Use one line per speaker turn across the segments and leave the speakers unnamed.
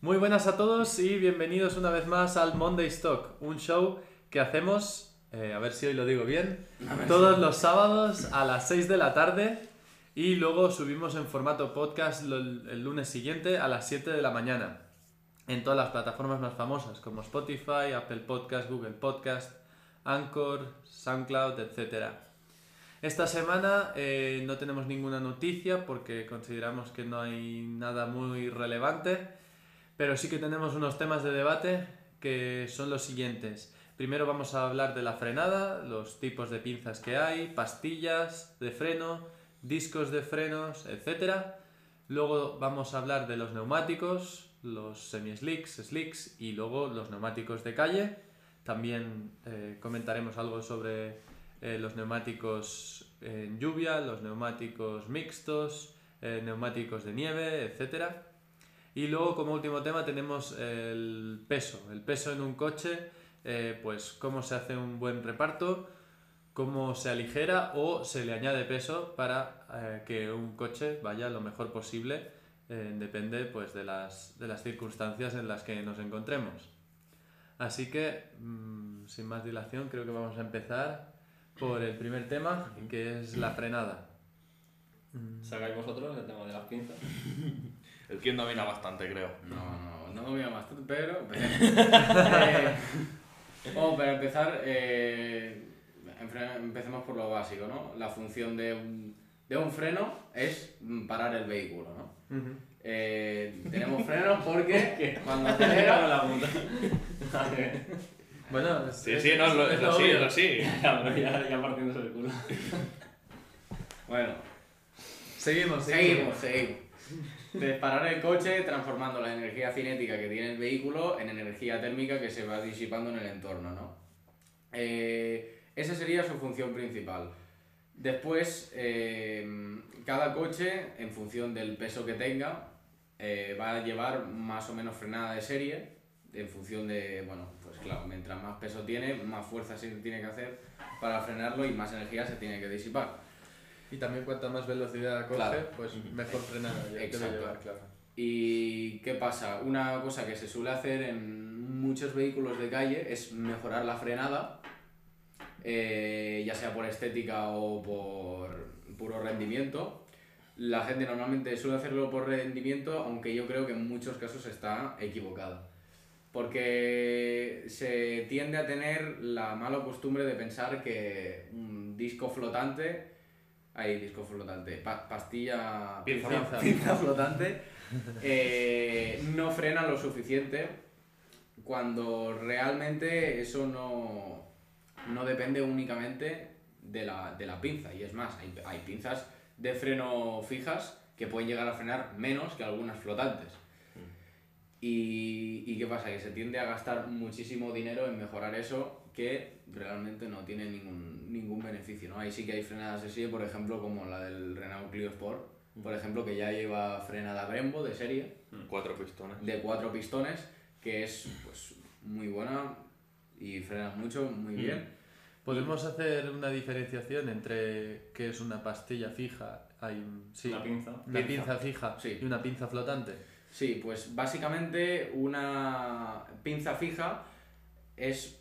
Muy buenas a todos y bienvenidos una vez más al Monday Stock, un show que hacemos, eh, a ver si hoy lo digo bien, todos los sábados a las 6 de la tarde y luego subimos en formato podcast lo- el lunes siguiente a las 7 de la mañana en todas las plataformas más famosas como Spotify, Apple Podcast, Google Podcast, Anchor, SoundCloud, etc. Esta semana eh, no tenemos ninguna noticia porque consideramos que no hay nada muy relevante, pero sí que tenemos unos temas de debate que son los siguientes. Primero vamos a hablar de la frenada, los tipos de pinzas que hay, pastillas de freno, discos de frenos, etc. Luego vamos a hablar de los neumáticos, los semi-slicks, slicks y luego los neumáticos de calle. También eh, comentaremos algo sobre eh, los neumáticos en lluvia, los neumáticos mixtos, eh, neumáticos de nieve, etc. Y luego como último tema tenemos el peso, el peso en un coche, eh, pues cómo se hace un buen reparto, cómo se aligera o se le añade peso para eh, que un coche vaya lo mejor posible. eh, depende pues de las, de las circunstancias en las que nos encontremos. Así que, mm, sin más dilación, creo que vamos a empezar por el primer tema, que es la frenada.
Sacáis vosotros el tema de las pinzas.
El Kien domina bastante, creo.
No, no, no voy a más, pero... eh, bueno, para empezar, eh, en fre- empecemos por lo básico, ¿no? La función de un, de un freno es mm, parar el vehículo, ¿no? Eh, tenemos frenos porque cuando acelera...
la puta.
Bueno, es-
Sí, sí, no, es, lo- es así,
obvio.
es así.
Cabrón, ya, ya partiéndose el culo.
Bueno,
Seguimos,
Seguimos, seguimos. Entonces, parar el coche transformando la energía cinética que tiene el vehículo en energía térmica que se va disipando en el entorno, ¿no? Eh, esa sería su función principal. Después, eh, cada coche, en función del peso que tenga, eh, va a llevar más o menos frenada de serie, en función de, bueno, pues claro, mientras más peso tiene, más fuerza se tiene que hacer para frenarlo y más energía se tiene que disipar.
Y también cuanta más velocidad coge,
Claro.
pues mejor frenada ya te va a
Exacto.
llevar, claro.
¿Y qué pasa? Una cosa que se suele hacer en muchos vehículos de calle es mejorar la frenada, eh, ya sea por estética o por puro rendimiento. La gente normalmente suele hacerlo por rendimiento, aunque yo creo que en muchos casos está equivocada. Porque se tiende a tener la mala costumbre de pensar que un disco flotante, hay disco flotante, pa- pastilla,
Pinza,
pinza.
pinza flotante, eh, no frena lo suficiente cuando realmente eso no, no depende únicamente de la, de la pinza. Y es más, hay, hay pinzas de freno fijas que pueden llegar a frenar menos que algunas flotantes. Y, ¿Y qué pasa? Que se tiende a gastar muchísimo dinero en mejorar eso que realmente no tiene ningún, ningún beneficio. ¿no? Ahí sí que hay frenadas de serie, por ejemplo, como la del Renault Clio Sport, por ejemplo, que ya lleva frenada Brembo de serie
Cuatro pistones.
de cuatro pistones, que es pues, muy buena y frena mucho, muy bien.
Podemos hacer una diferenciación entre qué es una pastilla fija, hay un- sí,
La pinza.
una
Pinza.
pinza fija
Sí.
y una pinza flotante.
Sí, pues básicamente una pinza fija es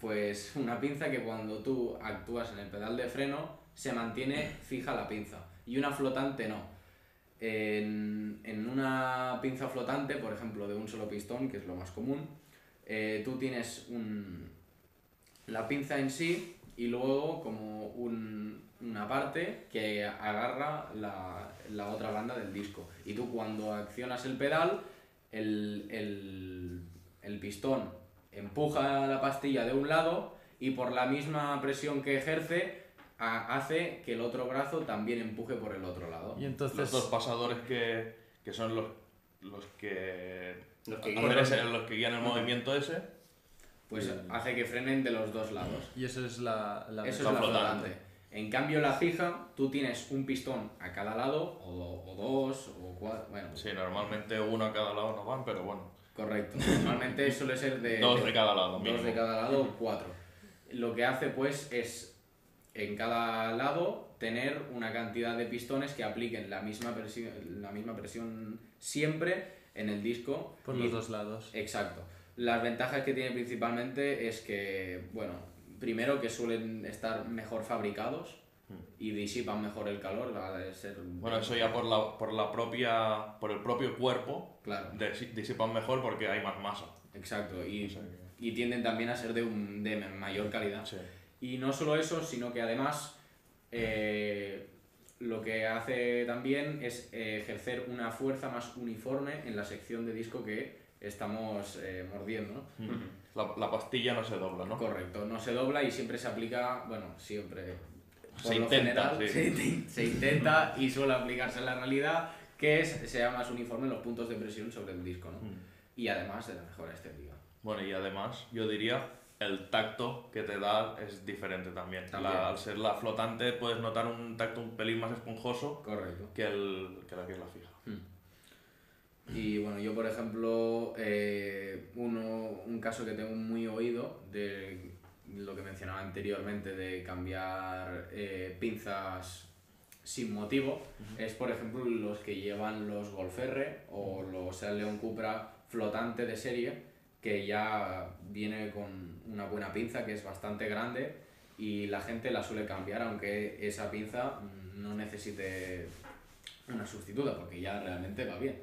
pues una pinza que cuando tú actúas en el pedal de freno se mantiene fija la pinza y una flotante no. En, en una pinza flotante, por ejemplo, de un solo pistón, que es lo más común, eh, tú tienes un, la pinza en sí y luego como un- una parte que agarra la, la otra banda del disco. Y tú cuando accionas el pedal, el, el- el pistón empuja la pastilla de un lado y por la misma presión que ejerce ha- hace que el otro brazo también empuje por el otro lado.
Y entonces,
Los dos pasadores que, que son los, los que.
Los que
hacen
guían.
ese- los que guían el movimiento ese.
Pues hace que frenen de los dos lados.
y eso es la, la
Eso es
Está
la
flotante.
flotante. En cambio, la fija, tú tienes un pistón a cada lado, o, do- o dos, o cuatro. Bueno,
Sí, normalmente uno a cada lado no van, pero bueno.
correcto. Normalmente suele ser Eh, de.
Dos de cada lado,
dos
mínimo.
de cada lado, cuatro. Lo que hace, pues, es en cada lado tener una cantidad de pistones que apliquen la misma presión, la misma presión siempre en el disco.
Por
y-
los dos lados.
Exacto. Las ventajas que tiene principalmente es que, bueno, primero que suelen estar mejor fabricados y disipan mejor el calor al ser...
Hmm. Bueno, eso ya por la, por la propia, por el propio cuerpo
Claro,
disi- disipan mejor porque hay más masa.
exacto. Y,
O sea que-
y tienden también a ser de, un, de mayor calidad.
sí.
Y no solo eso, sino que además eh, lo que hace también es eh, ejercer una fuerza más uniforme en la sección de disco que estamos eh, mordiendo. ¿no?
La, la pastilla no se dobla, ¿no?
Correcto, no se dobla y siempre se aplica, bueno, siempre.
Se intenta, sí.
se, inte- se intenta y suele aplicarse en la realidad, que es, sea más uniforme los puntos de presión sobre el disco, ¿no?
Mm.
Y además de la mejora estética.
Bueno, y además, yo diría, el tacto que te da es diferente también. La-
También.
al ser la flotante, puedes notar un tacto un pelín más esponjoso
Correcto.
que, el, que la que es la fija.
Y bueno, yo por ejemplo, eh, uno, un caso que tengo muy oído de lo que mencionaba anteriormente de cambiar eh, pinzas sin motivo es por ejemplo los que llevan los Golferre o los Seat León Cupra flotante de serie que ya viene con una buena pinza que es bastante grande y la gente la suele cambiar aunque esa pinza mm, no necesite una sustituta porque ya realmente va bien.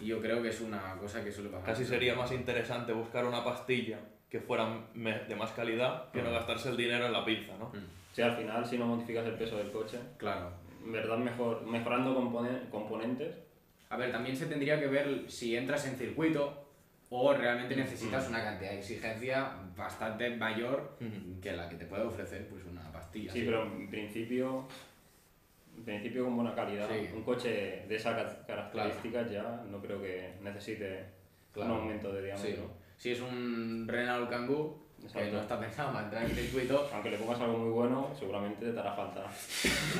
Y yo creo que es una cosa que suele pasar.
Casi sería más interesante buscar una pastilla que fuera me- de más calidad que no gastarse el dinero en la pinza, ¿no?
Si al final, si no modificas el peso del coche,
Mm, Claro.
en verdad mejor, mejorando compone- componentes,
A ver, también se tendría que ver si entras en circuito o realmente necesitas una cantidad de exigencia bastante mayor
Ujú.
que la que te puede ofrecer pues una pastilla.
sí, pero en principio, en principio con buena calidad.
Sí.
Un coche de esas ca- características ya no creo que necesite
Claro.
un aumento de
Sí.
diámetro.
Si es un Renault Kangoo, que
Exacto.
no está pensado para entrar en circuito,
Aunque le pongas algo muy bueno, seguramente te hará falta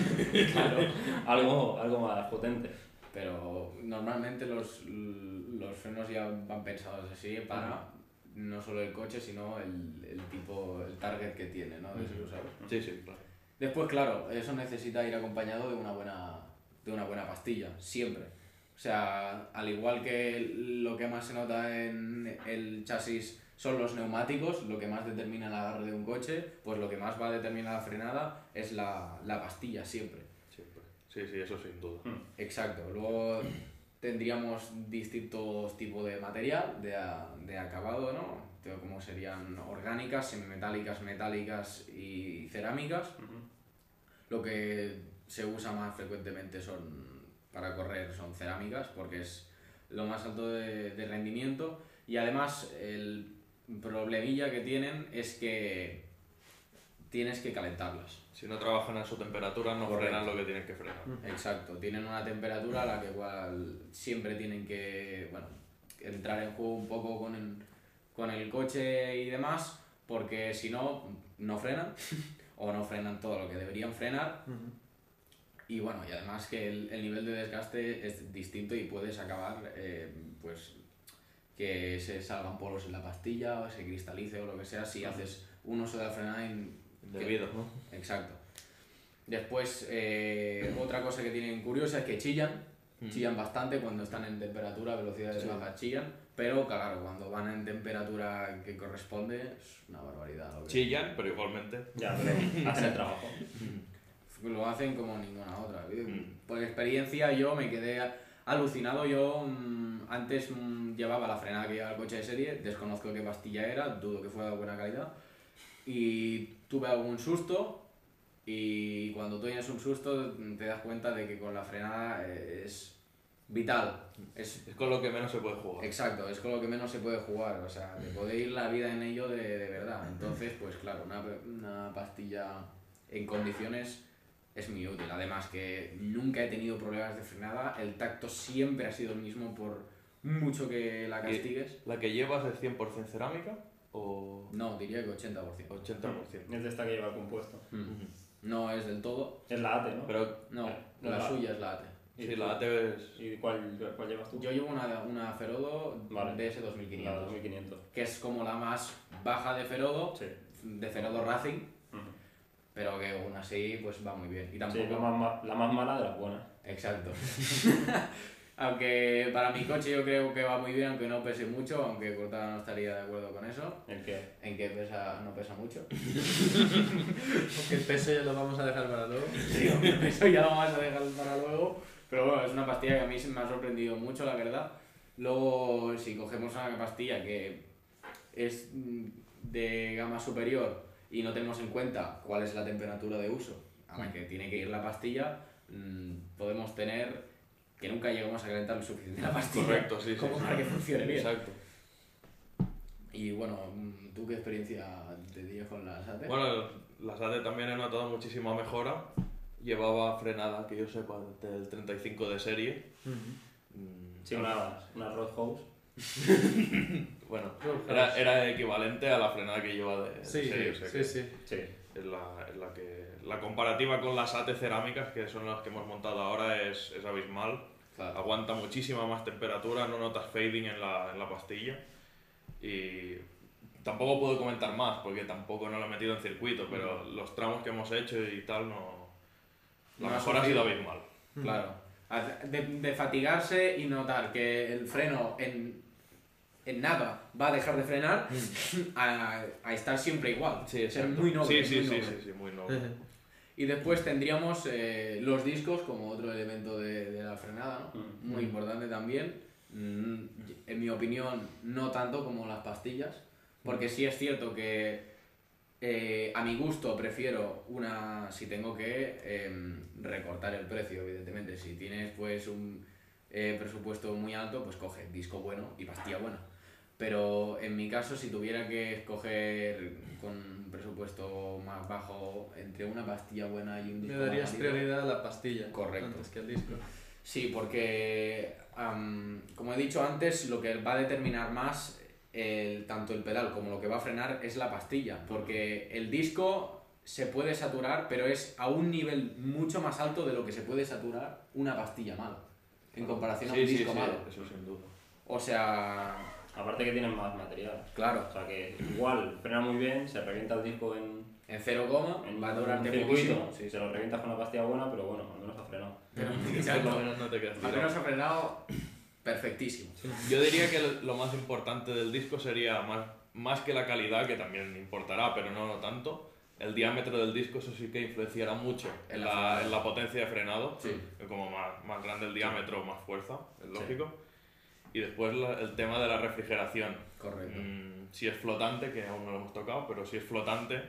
Claro, algo, algo más potente.
pero normalmente los, los frenos ya van pensados así para no solo el coche, sino el, el tipo, el target que tiene, ¿no? De ser usado.
Sí, sí, claro.
Después, claro, eso necesita ir acompañado de una buena, de una buena pastilla, siempre. O sea, al igual que lo que más se nota en el chasis son los neumáticos, lo que más determina el agarre de un coche, pues lo que más va a determinar la frenada es la, la pastilla, siempre.
Siempre. Sí, sí, eso sin duda.
Exacto. Luego tendríamos distintos tipos de material, de, a- de acabado, ¿no? Tengo Como serían orgánicas, semimetálicas, metálicas y cerámicas. Lo que se usa más frecuentemente son para correr son cerámicas porque es lo más alto de, de rendimiento y además el problemilla que tienen es que tienes que calentarlas.
Si no trabajan a su temperatura, no
Correcto.
frenan lo que tienen que frenar.
Exacto, tienen una temperatura a la que igual siempre tienen que, bueno, entrar en juego un poco con el, con el coche y demás, porque si no, no frenan, o no frenan todo lo que deberían frenar, y bueno, y además que el, el nivel de desgaste es distinto y puedes acabar, eh, pues, que se salgan polos en la pastilla, o se cristalice o lo que sea, si haces un uso de la frenada in- que-
Debido, ¿no?
Exacto. Después, eh, otra cosa que tienen curiosa es que chillan. Chillan bastante cuando están en temperatura, velocidades bajas, chillan. Pero claro, cuando van en temperatura que corresponde, es una barbaridad. Lo, que-
Chillan, pero igualmente.
Ya, pero hace el trabajo.
lo hacen como ninguna otra. Eh,
Mm.
Por experiencia, yo me quedé alucinado. Yo mm, antes mm, llevaba la frenada que lleva el coche de serie, desconozco qué pastilla era, dudo que fuera de buena calidad. y tuve algún susto y cuando tú tienes un susto te das cuenta de que con la frenada eh, es vital. Es,
Es con lo que menos se puede jugar.
exacto, es con lo que menos se puede jugar, o sea, te puede ir la vida en ello de, de verdad. Entonces, pues claro, una, una pastilla en condiciones es muy útil. Además que nunca he tenido problemas de frenada, el tacto siempre ha sido el mismo por mucho que la castigues.
¿La que llevas es 100% cerámica o
No, diría que 80%.
80%?
Es de esta que lleva compuesto.
Ujú.
No es del todo.
Es la AT, ¿no?
Pero
No,
Eh, no
la
la-
suya es la AT.
¿Y
si
tú?
la ATV es...
¿Y cuál, cuál llevas tú?
Yo llevo una, una Ferodo
Vale.
DS
La
2500,
2500.
que es como la más baja de Ferodo,
Sí.
de Ferodo Racing,
Ujú.
pero que aún así pues va muy bien. Y
Sí,
tampoco...
la más, ma- la más mala de las buenas.
Exacto. Aunque para mi coche yo creo que va muy bien, aunque no pese mucho, aunque Cortada no estaría de acuerdo con eso,
¿El qué?
en que pesa, no pesa mucho.
Que el peso ya lo vamos a dejar para luego.
Eso ya lo vamos a dejar para luego. Pero bueno, es una pastilla que a mí se me ha sorprendido mucho, la verdad. Luego, si cogemos una pastilla que es mm, de gama superior y no tenemos en cuenta cuál es la temperatura de uso a la que tiene que ir la pastilla, mm, podemos tener que nunca llegamos a calentar lo suficiente la pastilla
Correcto, sí, sí,
como
sí.
para que funcione bien.
Exacto.
Y bueno, mm, ¿tú qué experiencia te dio con las AT?
Bueno, las AD E también he notado muchísima mejora. Llevaba frenada, que yo sepa, del 35 de serie. Mm,
Sí, una, una Roadhouse.
Bueno, era, era equivalente a la frenada que lleva de, de
Sí,
serie. o
sí,
sea
sí,
que
sí.
Sí.
Es la, es la, que, la comparativa con las AT E cerámicas, que son las que hemos montado ahora, es, es abismal.
Claro.
Aguanta muchísima más temperatura, no notas fading en la, en la pastilla. Y tampoco puedo comentar más, porque tampoco no lo he metido en circuito, pero los tramos que hemos hecho y tal, no. La
Mm. No ha
mejora ha sido
surgido.
abismal.
Claro. Hace- De, de fatigarse y notar que el freno en, en nada va a dejar de frenar a, a estar siempre igual. Ser muy noble.
Mm. Sí, sí,
muy
sí,
noble.
sí, sí, muy noble.
Y después tendríamos eh, los discos como otro elemento de, de la frenada, ¿no?
Mm.
Muy importante también. Mm, En mi opinión, no tanto como las pastillas,
Mm.
porque sí es cierto que eh, a mi gusto prefiero una si tengo que em, recortar el precio, evidentemente. Si tienes pues un eh, presupuesto muy alto, pues coge disco bueno y pastilla buena. Pero en mi caso, si tuviera que escoger con un presupuesto más bajo entre una pastilla buena y un
Le
disco
darías
más malito,
prioridad a la pastilla.
Correcto.
Antes que al disco.
Sí, porque am, como he dicho antes, lo que va a determinar más el, tanto el pedal como lo que va a frenar es la pastilla, porque el disco se puede saturar, pero es a un nivel mucho más alto de lo que se puede saturar una pastilla mala, en comparación a un disco malo.
Eso sin duda.
O sea,
Aparte que tienen más material.
claro,
O sea que igual frena muy bien, se revienta el disco en,
en cero goma
en
va a
un
durarte
circuito.
poquísimo.
Sí, se lo revientas con una pastilla buena, pero bueno, al menos ha frenado.
Pero
Por lo
exacto,
menos no te quedas
al
tirado.
menos ha frenado perfectísimo.
Yo diría que lo- lo más importante del disco sería, más, más que la calidad, que también importará, pero no tanto, el diámetro del disco, eso sí que influenciará mucho en
En la
la,
frenada.
en la potencia de frenado.
Sí.
Como más, más grande el diámetro, más fuerza, es lógico. Y después la- el tema de la refrigeración.
Correcto.
Mm, si es flotante, que aún no lo hemos tocado, pero si es flotante,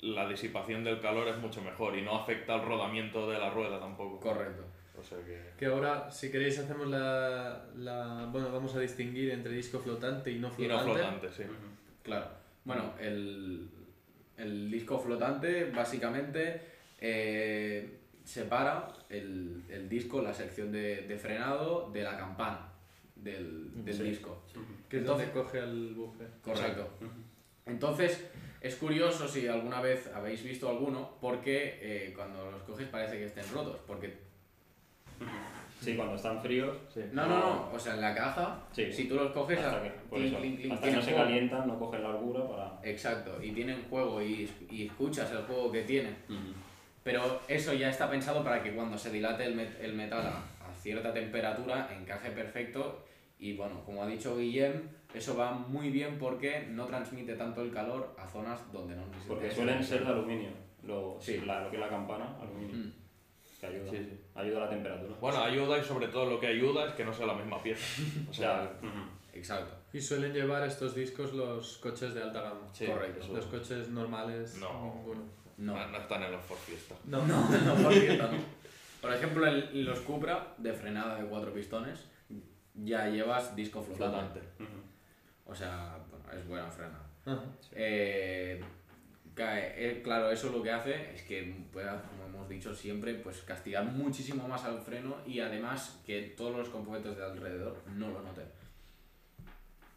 la disipación del calor es mucho mejor y no afecta al rodamiento de la rueda tampoco.
Correcto.
O sea que...
Que ahora, si queréis, hacemos la, la- Bueno, vamos a distinguir entre disco flotante y no
Y
flotante.
no flotante, sí.
Claro. Bueno, el, el disco flotante básicamente eh, separa el, el disco, la sección de, de frenado, de la campana del, del
Mm, Sí.
disco.
Que
Entonces-
entonces coge al buffer.
Correcto. Entonces, es curioso si alguna vez habéis visto alguno, porque eh, cuando los coges parece que estén rotos. Porque.
Sí, cuando están fríos.
No, no, no. O sea, en la caja,
Sí.
si tú los coges.
Hasta
a-
que, por
clink,
eso,
clink, clink,
hasta que no
tienen
se
juego.
calientan, no cogen largura para...
Exacto. Y tienen juego y, y escuchas el juego que tienen. Pero eso ya está pensado para que cuando se dilate el, met- el metal a, a cierta temperatura encaje perfecto y bueno, como ha dicho Guillem, eso va muy bien porque no transmite tanto el calor a zonas donde no necesita.
Porque suelen ser de aluminio, lo,
Sí.
la- lo que es la campana, aluminio,
Mm.
que ayuda,
Sí, sí.
ayuda a la temperatura.
Bueno, ayuda y sobre todo lo que ayuda es que no sea la misma pieza. O sea,
Ya, ujú.
Exacto.
Y suelen llevar estos discos los coches de alta gama.
sí,
Correcto.
eso- Ah,
Los coches normales,
No.
ninguno.
No.
no están en los Ford Fiesta.
No,
No, no, por cierto, no. Por ejemplo, el- los Cupra de frenada de cuatro pistones ya llevas disco flotante.
Flotante.
Ujú.
O sea, bueno, es buena frenada.
Ajá.
Eh, cae- eh, claro, eso lo que hace es que pueda, como hemos dicho siempre, pues castigar muchísimo más al freno y además que todos los componentes de alrededor no lo noten.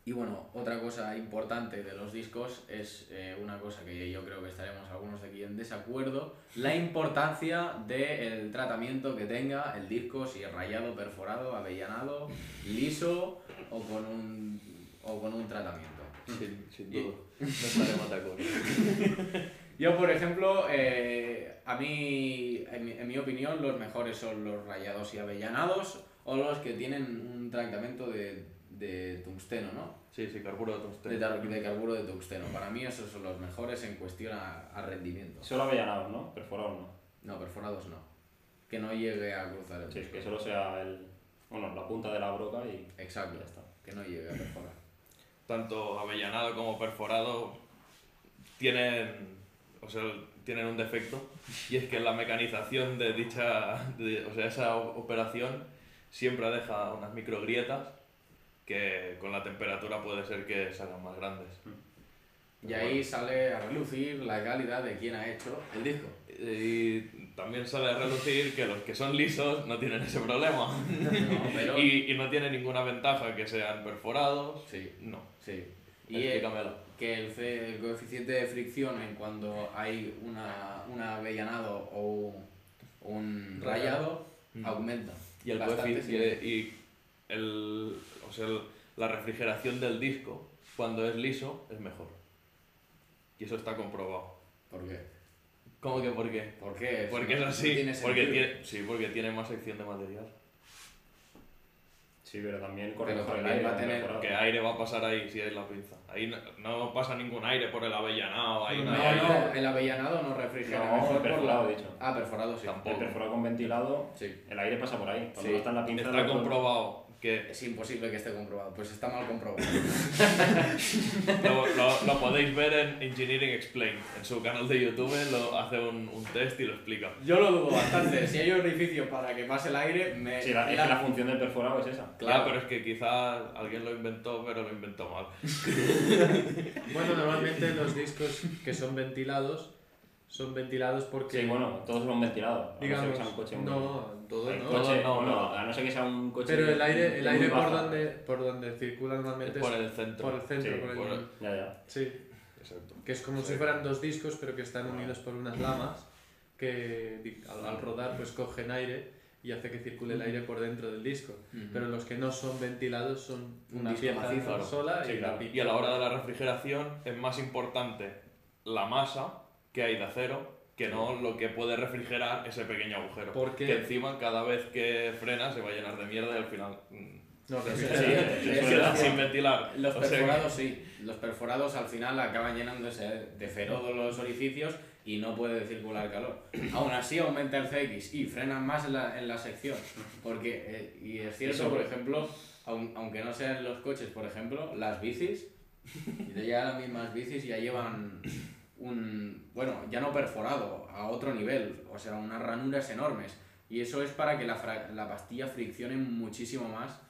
Y bueno, otra cosa importante de los discos es eh, una cosa que yo creo que estaremos algunos de aquí en desacuerdo, la importancia del tratamiento que tenga el disco, si es rayado, perforado, avellanado, liso o con un, o con un tratamiento.
Sin, sin
Y-
duda. Mm. No estaremos de acuerdo.
Yo, por ejemplo, eh, a mí, en mi, en mi opinión, los mejores son los rayados y avellanados, o los que tienen un tratamiento de, de tungsteno, ¿no?
Sí, sí, carburo de tungsteno.
De, tar- de carburo de tungsteno. Para mí esos son los mejores en cuestión a, a rendimiento.
Solo avellanados, ¿no? Perforados no.
No, perforados no. Que no llegue a cruzar el
Sí,
músculo.
que solo sea el. Bueno, la punta de la broca y.
Exacto.
Ya está.
Que no llegue a perforar.
tanto avellanado como perforado tienen, o sea, tienen un defecto y es que la mecanización de dicha, de- o sea, esa o- operación siempre deja unas microgrietas que con la temperatura puede ser que se hagan más grandes.
Y ahí sale a relucir la calidad de quien ha hecho el disco.
Y también sale a relucir que los que son lisos no tienen ese problema
No, pero...
y, y no tiene ninguna ventaja que sean perforados.
Sí,
No,
sí. Y eh,
explícamelo.
que el, C- el coeficiente de fricción en cuando hay una, un avellanado o un- un rayado
Mm.
aumenta.
Y el
Bastante,
coefici-
sí.
y, y el, o sea, el- la refrigeración del disco, cuando es liso, es mejor. Y eso está comprobado.
¿Por qué?
¿Cómo que por qué?
¿Por qué?
Porque es
No
así.
tiene
porque
sentido.
tiene, sí, porque tiene más sección de material.
Sí, pero también corre
Pero
mejor el
también
aire.
va a tener-
perforado.
Porque aire va a pasar ahí si es la pinza. Ahí no, no pasa ningún aire por el avellanado. Ahí
No,
no hay aire.
no, el avellanado no refrigera.
No,
mejor por
perforado,
la-
he dicho.
Ah, perforado, sí.
Tampoco.
El perforado con ventilado,
Sí.
el aire pasa por ahí. Cuando
Sí.
no está en la pinza.
Está
no-
comprobado que
Es imposible que esté comprobado. Pues está mal comprobado.
lo, lo- lo podéis ver en Engineering Explained. En su canal de YouTube lo hace un, un test y lo explica.
Yo lo dudo bastante. Si hay orificio para que pase el aire, me.
Sí, la, es
la-
que la función del perforado es esa.
Claro,
Claro.
pero es que quizá alguien lo inventó, pero lo inventó mal.
Bueno, normalmente los discos que son ventilados son ventilados porque.
Sí, bueno, todos son ventilados. a no ser
digamos.
que sea un coche muy-
no, todo
El
no.
coche,
no,
bueno,
no.
a no ser que sea un coche.
Pero el aire, el
muy
aire por
bajo.
donde, por donde circula normalmente
por
es
el centro.
por el centro,
Sí,
por el-
por el-
Ya, ya.
sí,
Exacto.
que es como
Sí.
si fueran dos discos, pero que están unidos por unas lamas que di- al, al rodar pues cogen aire y hace que circule el aire por dentro del disco.
Ujú.
Pero los que no son ventilados son
Un
una
disco
pieza
macizo.
sola
Sí,
y
claro.
la pinza.
Y a la hora de la refrigeración es más importante la masa que hay de acero que no lo que puede refrigerar ese pequeño agujero.
Porque-
Que encima cada vez que frena se va a llenar de mierda y al final mm,
No, pero
Sí,
eso-
sí,
Sí,
eso
sí,
era
queda
sí.
así.
sin ventilar.
Los
O sea que-
perforados sí, los perforados al final acaban llenándose de ferodo los orificios y no puede circular calor. Aún así aumenta el CX y frenan más en la, en la sección. Porque, eh, y es cierto,
Eso.
por ejemplo, aun- aunque no sean los coches, por ejemplo, las bicis, ya las mismas bicis ya llevan un, bueno, ya no perforado, a otro nivel, o sea, unas ranuras enormes. Y eso es para que la, fra- la pastilla friccione muchísimo más.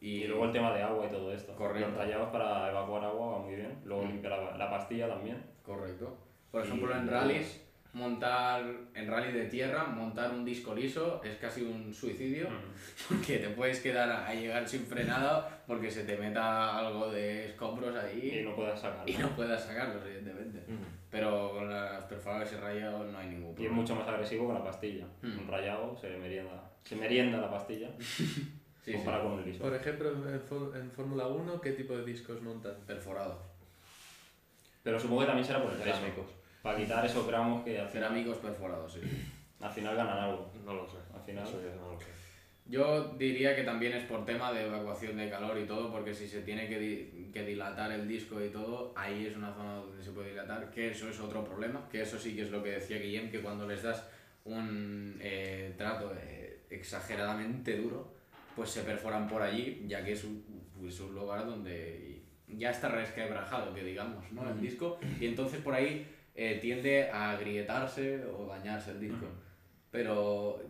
Y,
Y luego el tema de agua y todo esto.
Correcto. Mm.
Los tallados para evacuar agua va muy bien. Luego limpiar la, la pastilla también.
Correcto. Por
Y-
ejemplo, en rallies, montar en rally de tierra, montar un disco liso es casi un suicidio
Mm.
porque te puedes quedar a a llegar sin frenada porque se te meta algo de escombros
Y
ahí
no puedas sacarlo.
y no puedas sacarlos, evidentemente. Pero con las perforadas y rayados no hay ningún
Y es
problema.
mucho más agresivo que la pastilla.
Mm.
Un rayado se merienda, se merienda la pastilla
Sí, sí,
comparado con un liso.
Por ejemplo, en Fo- en Fórmula 1, ¿qué tipo de discos montan?
Perforado.
Pero supongo que también será por el peso.
Cerámicos.
Para quitar esos gramos que al final,
Cerámicos perforados, sí.
al final ganan algo.
No lo sé.
Al final.
Eso ya no lo sé.
Yo diría que también es por tema de evacuación de calor y todo, porque si se tiene que, di- que dilatar el disco y todo, ahí es una zona donde se puede dilatar, que eso es otro problema, que eso sí que es lo que decía Guillem, que cuando les das un eh, trato eh, exageradamente duro, pues se perforan por allí, ya que es un, pues un lugar donde ya está resquebrajado, que digamos, ¿no? El disco, y entonces por ahí eh, tiende a agrietarse o dañarse el disco. Pero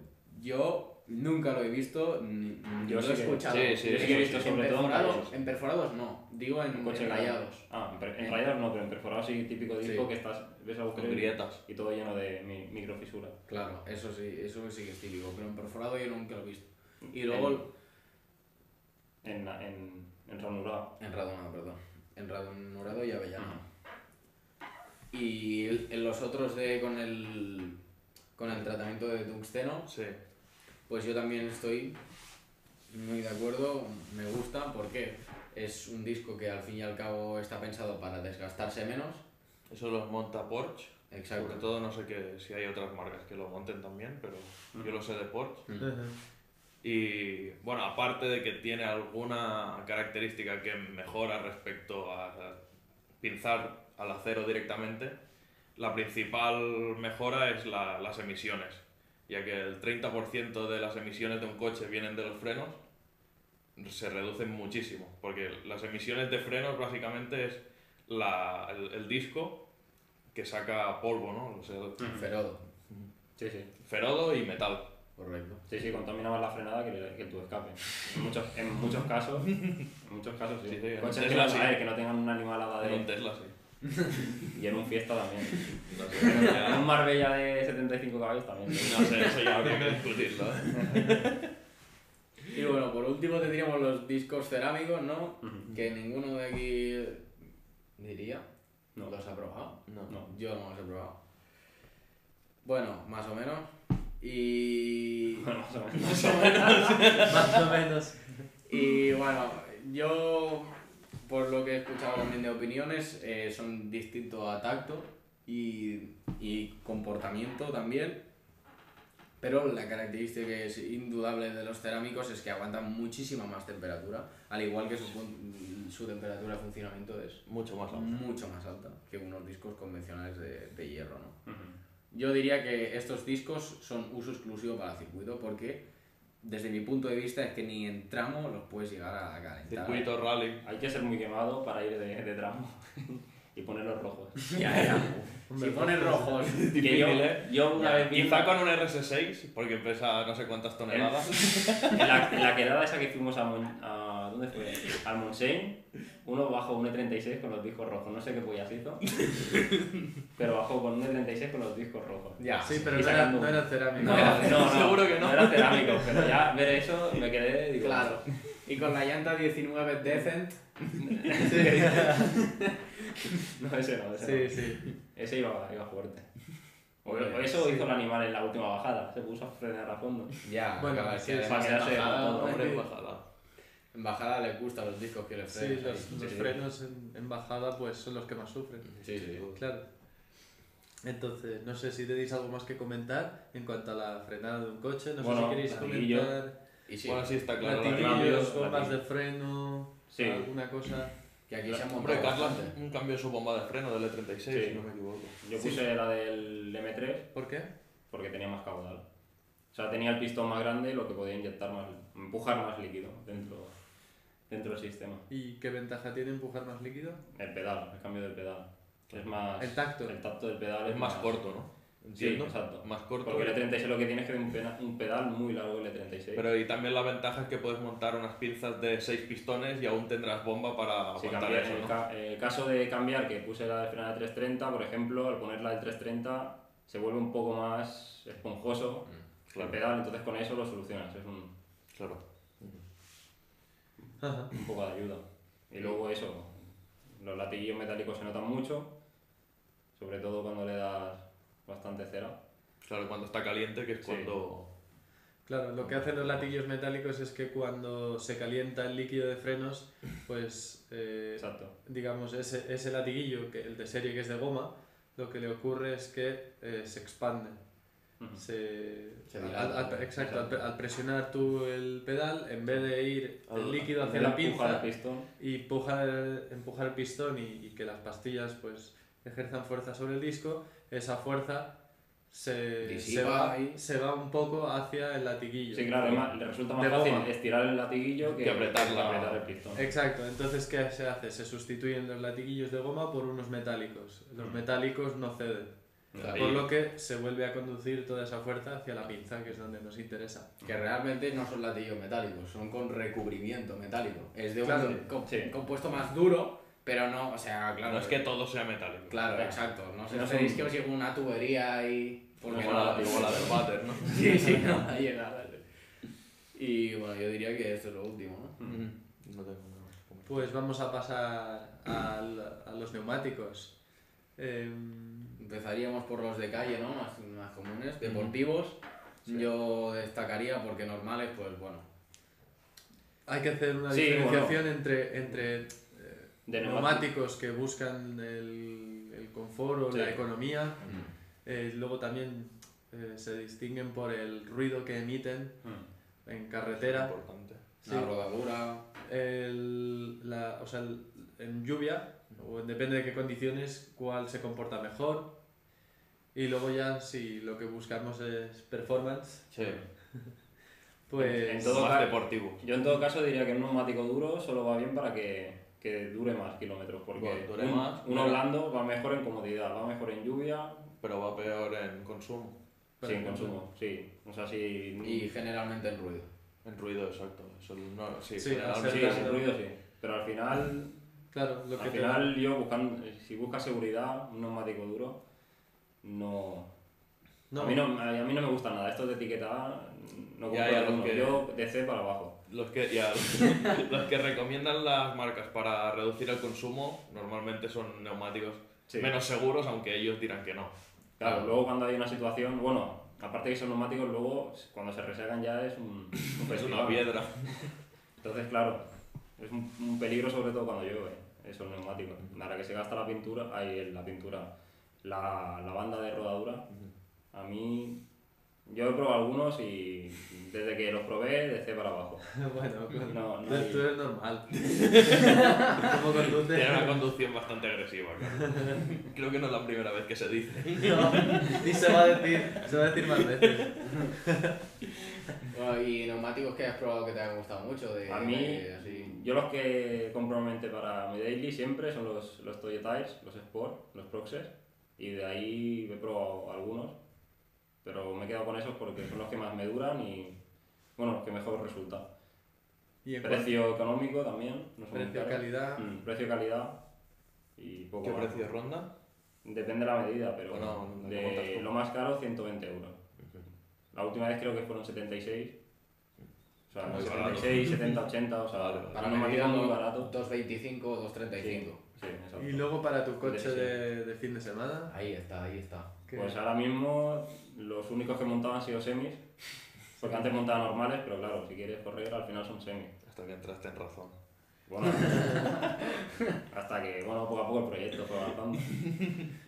yo nunca lo he visto, ni, ni
Yo
lo
sí
he
que-
escuchado.
sí, sí,
Yo sí que he visto
en,
sobre todo en
perforados,
rallies.
en perforados no, digo en,
Un
en
grande.
rayados.
Ah, en, per- en rayados no, pero en perforados sí, típico disco
Sí.
que estás, ves agujeros
Con
y-
grietas.
y todo lleno de mi- microfisuras.
Claro, eso sí, eso sí que es típico, pero en perforado yo nunca lo he visto. Y luego
En, la- en, en ranurado.
en radonado, perdón, en radonurado y avellano. Y el- en los otros de con el con el tratamiento de tungsteno,
Sí.
Pues yo también estoy muy de acuerdo, me gusta porque es un disco que al fin y al cabo está pensado para desgastarse menos.
Eso los monta Porsche.
Exacto.
Sobre todo no sé que, si hay otras marcas que lo monten también, pero yo lo sé de Porsche.
Ajá.
Y bueno, aparte de que tiene alguna característica que mejora respecto a, a pinzar al acero directamente, la principal mejora es la- las emisiones, ya que el 30% de las emisiones de un coche vienen de los frenos, se reducen muchísimo, porque las emisiones de frenos básicamente es la- el, el disco que saca polvo, ¿no? O sea,
Ferodo,
Sí, sí.
ferodo y metal.
correcto.
Sí, sí, contamina más la frenada que, el- que tu escape. En muchos, en muchos casos, en muchos casos sí.
Sí, sí, en
Coches
un
que,
Tesla
no-
sí.
a ver, que no tengan una animalada
En un
de...
Tesla, sí.
Y en un Fiesta también.
No
En
sé,
un-
ya-
en un Marbella de 75 caballos también.
No sé, eso ya habría que discutirlo. ¿eh?
Y bueno, por último tendríamos los discos cerámicos, ¿no?
Ujú.
Que ninguno de aquí diría.
No.
¿Los ha probado?
No.
Yo no los he probado. Bueno, más o menos. Y.
Bueno, más o menos.
más o menos.
Más o menos.
Y bueno, yo, por lo que he escuchado también de opiniones, eh, son distintos a tacto y, y comportamiento también. Pero la característica que es indudable de los cerámicos es que aguantan muchísima más temperatura, al igual que su, fun- su temperatura de funcionamiento es
Mucho más alto.
mucho más alta que unos discos convencionales de, de hierro, ¿no?
Ujú.
Yo diría que estos discos son uso exclusivo para circuito porque, desde mi punto de vista, es que ni en tramo los puedes llegar a calentar.
Circuito rally.
Hay que ser muy quemado para ir de, de tramo y poner los rojos.
Ya, ya. si pones rojos.
Que yo, yo una vez vi
Quizá
la,
con un RS6, porque pesa no sé cuántas toneladas.
la, la quedada esa que fuimos a, Mon- a- ¿dónde fue? Al Montseny, uno bajó un E E36 con los discos rojos, no sé qué pollas hizo, pero bajó con un E E36 con los discos rojos.
Ya.
Sí, pero
Y
no era,
sacando
no
un-
era cerámico.
No,
era-
no, no,
seguro que no.
era cerámico, pero ya ver eso me quedé, digo,
Claro. Y con la llanta 19 Decent.
no, ese no, ese
Sí,
no.
sí.
Ese iba, iba fuerte. O,
Hombre,
o eso
sí.
hizo el animal en la última bajada, se puso a frenar a fondo.
Ya,
Bueno,
claro, es
sí,
que
sí,
además
sí,
en
sí,
bajada,
sí,
hombre, pues.
Hombre,
en bajada-
bajada.
en bajada les gustan los discos que les
Sí,
frenan.
los,
sí,
los
sí.
frenos en, en bajada pues son los que más sufren.
Sí, sí.
Claro. Entonces, no sé si tenéis algo más que comentar en cuanto a la frenada de un coche. No
Bueno,
sé si queréis
platillo.
comentar
Y sí,
Bueno, sí está claro. la verdad.
platillos,
cambios,
bombas
platillo.
de freno,
Sí.
alguna cosa.
que aquí se han
Hombre,
montado
Carlos,
bastante.
un cambio de su bomba de freno del E E36,
Sí.
si no me equivoco.
Yo puse la del M3
¿Por qué?
porque tenía más caudal. O sea, tenía el pistón más grande, lo que podía inyectar más, empujar más líquido dentro, dentro del sistema.
¿Y qué ventaja tiene empujar más líquido?
El pedal, el cambio del pedal. Es más...
El tacto.
El tacto del pedal es,
Es más corto, ¿no?
Sí,
Entiendo.
exacto.
Más corto.
Porque el E36 lo que tiene es que tiene un pena- un pedal muy largo el E36.
Pero y también la ventaja es que puedes montar unas pinzas de 6 pistones y aún tendrás bomba para
Si
aguantar
cambia-
eso,
en el,
¿no?
ca- el caso de cambiar, que puse la de frenada de 330, por ejemplo, al poner la del 330 se vuelve un poco más esponjoso
Mm, claro.
el pedal, entonces con eso lo solucionas. Es un,
Claro.
Ajá.
un poco de ayuda. Y luego eso, los latiguillos metálicos se notan mucho, sobre todo cuando le das bastante cera.
Claro, cuando está caliente, que es
Sí.
cuando...
Claro, lo que hacen los latillos metálicos es que cuando se calienta el líquido de frenos, pues eh,
Exacto.
digamos, ese, ese latiguillo, que, el de serie que es de goma, lo que le ocurre es que eh, se expande.
Ujú.
Se,
Se
al-
dilata,
al-
¿no?
exacto, al,
Exacto.
al presionar tú el pedal, en vez de ir el
Al-
líquido hacia la
Le empuja
pinza
el pistón.
y empujar, empujar el pistón y, y que las pastillas pues ejerzan fuerza sobre el disco, esa fuerza se, se,
Disipa
va,
ahí.
se va un poco hacia el latiguillo.
Sí, claro, es más- le resulta más
De goma. Eh,
fácil estirar el latiguillo que,
Que apretar la-
apretar el pistón.
Exacto, entonces ¿qué se hace? Se sustituyen los latiguillos de goma por unos metálicos. Los
Mm.
metálicos no ceden,
Ahí.
por lo que se vuelve a conducir toda esa fuerza hacia la pinza, que es donde nos interesa.
Que realmente no son ladrillos metálicos, son con recubrimiento metálico. Es de
Claro.
un co-
Sí.
compuesto más duro, pero no, o sea, claro.
no es que todo sea metálico.
Claro,
Claro.
exacto. No os
No son-
esperéis que os llegue una tubería y... Porque
Como
no
la, como la del váter, ¿no?
Sí, sí, no va a llegar. Y bueno, yo diría que esto es lo último, ¿no?
Mm.
No tengo nada más que comentar.
Pues vamos a pasar al- a los neumáticos. Em,
Empezaríamos por los de calle, ¿no? Más, más
Mm.
comunes, deportivos. Yo destacaría porque normales, pues bueno.
hay que hacer una
Sí,
diferenciación entre, entre eh,
De neumático.
neumáticos que buscan el, el confort o
Sí.
la economía.
Mm.
Eh, luego también eh, se distinguen por el ruido que emiten.
Mm.
en carretera.
Importante.
Sí.
La rodadura.
El- la- o sea, el- en lluvia, o en- depende de qué condiciones, cuál se comporta mejor. Y luego ya, si lo que buscamos es performance,
Sí.
pues...
En todo
más
ca-
deportivo.
Mm. Yo en todo caso diría que un neumático duro solo va bien para que, que dure más kilómetros, porque
Bueno, dure
un-
más,
uno
dura-
blando va mejor en comodidad, va mejor en lluvia,
Pero va peor en consumo.
Pero
sin
en
consumo, sí. O sea, si... Mm.
Y generalmente el ruido.
En ruido, exacto. Eso no, sí,
Sí,
generalmente
sí,
claro.
sin ruido, sí. Pero al final,
Claro, lo que
al
te-
final yo buscando, eh, si buscas seguridad, un neumático duro, no...
No,
A, mí no, a mí no me gusta nada, esto de etiqueta A, no compro
Ya, ya,
ninguno.
porque-
yo de C para abajo.
Los que, ya, los, los que recomiendan las marcas para reducir el consumo normalmente son neumáticos
Sí.
menos seguros, aunque ellos dirán que no.
Claro, luego cuando hay una situación, bueno, aparte que son neumáticos, luego cuando se resecan ya es un, un
Es
festival.
una piedra.
Entonces, claro, es un, un peligro sobre todo cuando llueve, esos neumáticos. Ahora que se gasta la pintura, ahí la pintura, la, la banda de rodadura, a mí, yo he probado algunos y desde que los probé, de C para abajo.
bueno, con-
No, no
tú-
hay-
tú eres normal. Como conduces...
Tiene una conducción bastante agresiva. claro. Creo que no es la primera vez que se dice.
No, y se va a decir, se va a decir más veces.
Bueno, y neumáticos que hayas probado que te hayan gustado mucho. De,
A mí,
de- así.
yo los que compro normalmente para mi daily siempre son los, los Toyo Tires, los Sport, los Proxes, y de ahí he probado algunos, pero me he quedado con esos porque son los que más me duran y, bueno, los que mejor resulta.
Y en cuanto
Precio económico también. No son muy
precio,
caros.
calidad...
Mm, precio, calidad y poco
¿Qué
más.
precio ronda?
Depende de la medida, pero
Bueno, no
de
cuentas tú.
lo más caro 120 euros. La última vez creo que fueron 76. O sea,
Muy
76, 70, 80, o sea,
Vale, vale.
un
Para
neumático
medida
muy
no-
barato.
2.25 o 2.35.
Sí, sí, exacto.
Y luego para tu coche de, de fin de semana...
Ahí está, ahí está.
que-
Pues ahora mismo los únicos que montaban han sido semis, porque antes montaban normales, pero claro, si quieres correr al final son semis.
Hasta que entraste en razón.
Bueno, hasta que, bueno, poco a poco el proyecto fue avanzando.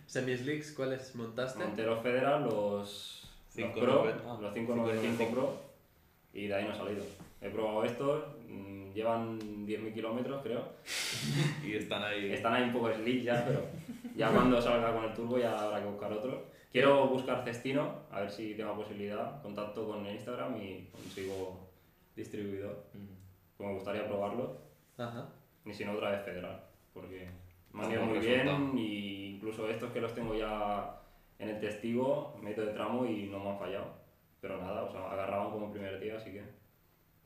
Semislicks, ¿cuáles montaste?
Montero Federal, los, los
Cinco
Pro,
noven- ah,
los
cinco
595
noventa.
Pro, y de ahí no he salido. He probado estos, mm, llevan 10.000 kilómetros creo.
Y están ahí.
Están ahí un poco slick ya, pero ya cuando salga con el turbo ya habrá que buscar otro. Quiero buscar Cestino, a ver si tengo posibilidad. Contacto con el Instagram y consigo distribuidor. Pues me gustaría probarlo.
Ajá.
Y si no, otra vez Federal, porque me han
Muy
ido
buen
muy
resultado.
bien y incluso estos que los tengo ya en el testigo, meto de tramo y no me han fallado. Pero nada, o sea, agarraban como el primer día, así que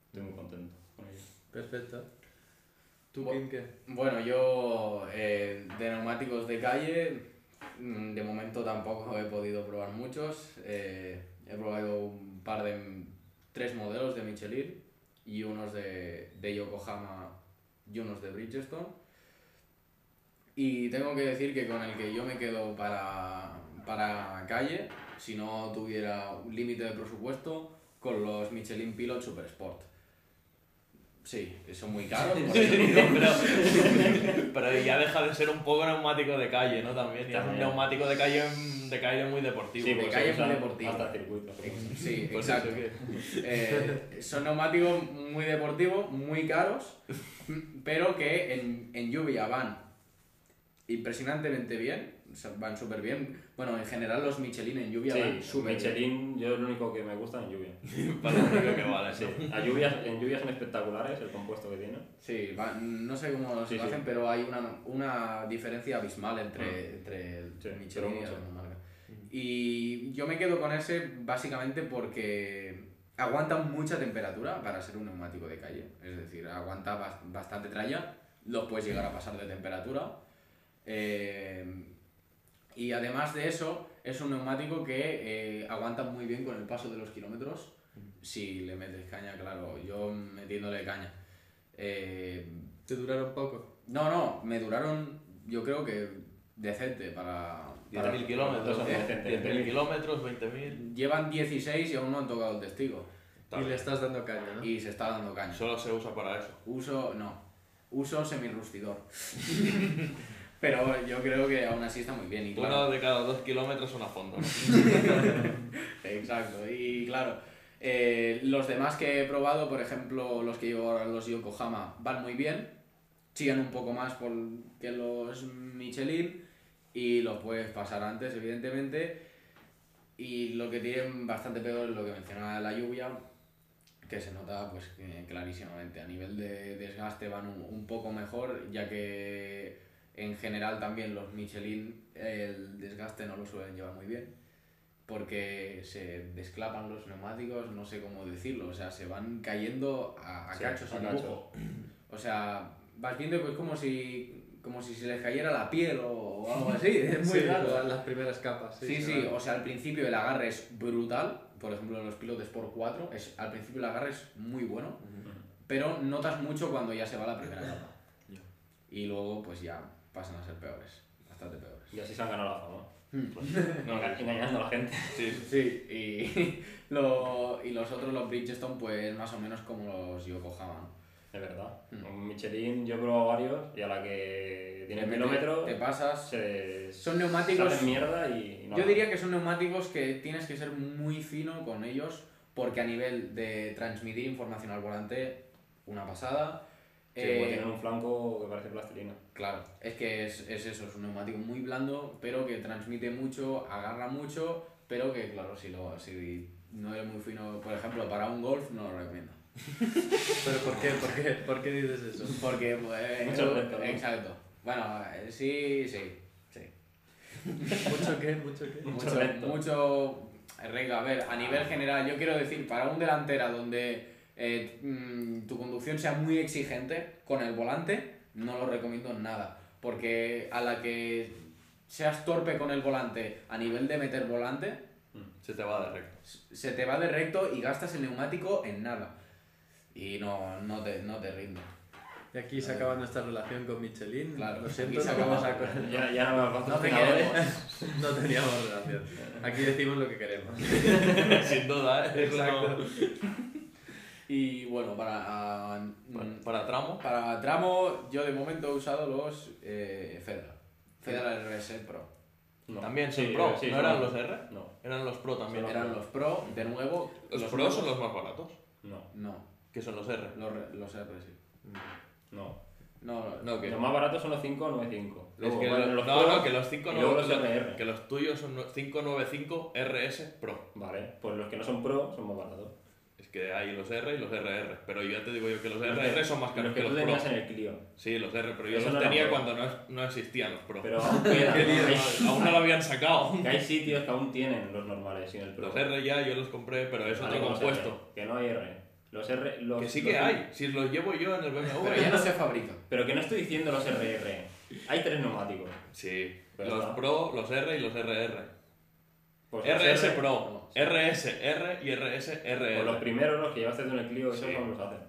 estoy muy contento con ellos.
Perfecto. ¿Tú,
Bu-
Kim, qué?
Bueno, yo eh, de neumáticos de calle, mm, de momento tampoco he podido probar muchos. Eh, he probado un par de tres modelos de Michelin y unos de, de Yokohama y unos de Bridgestone. Y tengo que decir que con el que yo me quedo para, para calle, si no tuviera un límite de presupuesto, con los Michelin Pilot Super Sport. Sí, son muy caros. por eso digo.
Pero ya deja de ser un poco neumático de calle, ¿no? También. Ya es un
También.
neumático de calle, mm, de calle muy deportivo.
Sí,
de
porque
calle
se
es muy
usan
deportivo.
Hasta circuitos.
Ex- Sí,
Por eso
exacto. Eh, son neumáticos muy deportivos, muy caros, pero que en, en lluvia van impresionantemente bien, o sea, van súper bien. Bueno, en general los Michelin en lluvia van
Sí,
súper bien.
Michelin, yo es lo único que me gusta en lluvia.
Para lo único que vale,
Sí,
sí.
a lluvias, en lluvia son espectaculares el compuesto que tienen.
Sí, van- no sé cómo
Sí,
lo
sí.
hacen, pero hay una, una diferencia abismal
Ah.
entre, entre el
Sí, pero
Michelin y la
mucho. Mm.
marca. Y yo me quedo con ese básicamente porque aguanta mucha temperatura para ser un neumático de calle. Es decir, aguanta bas- bastante tralla, lo puedes llegar a pasar de temperatura. Eh, y además de eso, es un neumático que eh, aguanta muy bien con el paso de los kilómetros.
Mm.
Si le metes caña, claro, yo metiéndole caña. Eh,
¿Te duraron poco?
no, no, me duraron, yo creo que decente para. para-
10.000 kilómetros, ¿no?
Eh,
10.000 kilómetros, 20.000.
Llevan 16 y aún no han tocado el testigo.
Está
y le
bien.
estás dando caña, ¿no?
Y se está dando caña.
Solo se usa para eso.
Uso, no. Uso semirrustidor. Pero yo creo que aún así está muy bien. Y claro,
Uno de cada dos kilómetros son a fondo. ¿no?
Exacto. Y claro, Eh, los demás que he probado, por ejemplo, los que llevo ahora, los Yokohama, van muy bien. Chillan un poco más por que los Michelin y los puedes pasar antes, evidentemente. Y lo que tienen bastante peor es lo que mencionaba la lluvia, que se nota pues que clarísimamente. A nivel de desgaste van un, un poco mejor, ya que en general también los Michelin el desgaste no lo suelen llevar muy bien porque se desclapan los neumáticos, no sé cómo decirlo, o sea, se van cayendo a, a
Sí,
cachos
a
a
cacho.
dibujo. O sea, vas viendo que es como si, como si se les cayera la piel o, o algo así, es muy
Sí,
raro.
la- las primeras capas. Ah,
Sí, sí, o sea, al principio el agarre es brutal, por ejemplo en los pilotos por 4, es, al principio el agarre es muy bueno, pero notas mucho cuando ya se va la primera capa.
Ya.
Y luego pues ya pasan a ser peores, bastante peores.
Y así se han ganado la fama.
No,
Enga-
sí,
Engañando a la gente.
sí.
Sí, y, lo, y los otros, los Bridgestone, pues más o menos como los Yokohama. ¿no?
Es verdad.
Mm.
Un Michelin yo he probado varios y a la que tiene
Te-
kilómetros
Te pasas.
se
Son neumáticos-
se hacen mierda y no
Yo diría que son neumáticos que tienes que ser muy fino con ellos, porque a nivel de transmitir información al volante, una pasada.
Sí,
Eh,
porque tienen un flanco que parece plastilina.
Claro, es que es, es eso, es un neumático muy blando, pero que transmite mucho, agarra mucho, pero que claro, si, lo, si no eres muy fino, por ejemplo, para un golf, no lo recomiendo.
Pero ¿por qué? ¿Por qué? ¿Por qué dices eso?
Porque, pues.
Mucho
eso-
respeto, ¿no?
Exacto. Bueno, eh, sí, sí. sí.
¿Mucho qué? ¿Mucho qué?
Mucho
Mucho,
respeto.
mucho regla. A ver, a nivel general, yo quiero decir, para un delantera donde eh, mm, tu conducción sea muy exigente con el volante, no lo recomiendo nada. Porque a la que seas torpe con el volante a nivel de meter volante,
Se te va de recto.
se te va de recto y gastas el neumático en nada. Y no, no, te, no te rinde.
Y aquí se acaba nuestra relación con Michelin.
Claro,
Lo siento,
aquí se
no
acaba
vamos a-
Ya, ya no me
No te
patrocinadores.
queremos.
No teníamos relación. Aquí decimos lo que queremos.
Sin duda, ¿eh? Eso no-
Y bueno, para, mm,
Para, para tramo.
para tramo, yo de momento he usado los eh, Federal. Federal RS Pro.
No.
También son
Sí,
pro.
sí,
¿No
son-
eran los R?
No,
Eran los pro también.
Solo-
Eran los Pro, de nuevo.
Los, pro son
nuevos-
los más baratos.
no,
No,
que son los R?
los, re- los R, sí.
no.
No,
No, que.
Los más baratos son los 595.
Es
Luego,
que
bueno,
lo-
los
no,
Pro
no, que los 5
y luego los
no-
RR.
Que los tuyos son los 595 RS Pro.
Vale, pues los que no son pro son más baratos.
Es que hay los R y los RR. Pero yo ya te digo yo que los
Los que-
RR son más caros
los que
que
tú
los
tenías
Pro.
en el Clio.
Sí, los R, pero yo
Eso
los
no era
tenía
pro.
cuando no, es- no existían los Pro.
Pero aún queda- hay-
Aún no lo habían sacado.
que hay sitios que aún tienen los normales sin el pro.
Los R ya yo los compré, pero es
Vale,
otro
con los R,
compuesto.
Que no hay R. Los R. Los,
Que sí
los-
que hay. Si los llevo yo en el BMW.
Pero ya no se fabrica.
Pero que no estoy diciendo los RR. Hay tres neumáticos.
Sí.
Pero
Los
no.
Pro, los R y los RR.
Pues los
RS
R,
Pro, RSR y RSRR.
Pues los primeros, los que llevaste tú en el Clio, esos
Sí.
aún los hacen.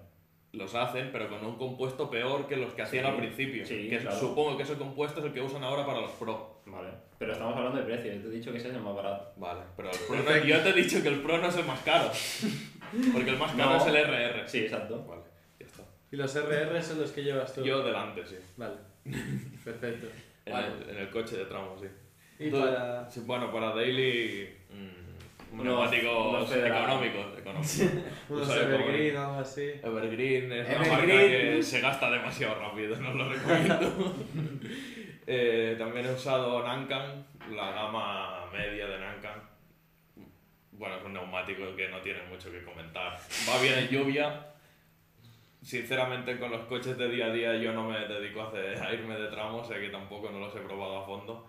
Los hacen, pero con un compuesto peor que los que hacían
Sí,
al principio.
sí,
que
claro.
supongo que ese compuesto es el que usan ahora para los Pro.
Vale. Pero estamos hablando de precios. Yo te he dicho que ese es el más barato.
Vale, pero el Pro no- yo te he dicho que el Pro no es el más caro. Porque el más caro
No.
es el RR.
Sí, exacto.
Vale, ya está.
¿Y los RR son los que llevas tú?
Yo delante, sí.
Vale. Perfecto.
En,
Vale.
el, en el coche de tramo, sí.
Y
Tú-
para...
sí, Bueno, para daily... mm,
No,
neumáticos
no sé de la-
económicos. económicos.
Unos
sabes cómo
Evergreen o algo así.
Evergreen es una
Evergreen.
marca que se gasta demasiado rápido, no lo recomiendo. Eh, también he usado Nankan, la gama media de Nankan. Bueno, es un neumático que no tiene mucho que comentar. Va bien en lluvia. Sinceramente, con los coches de día a día yo no me dedico a, hacer- a irme de tramo, o sea que tampoco no los he probado a fondo.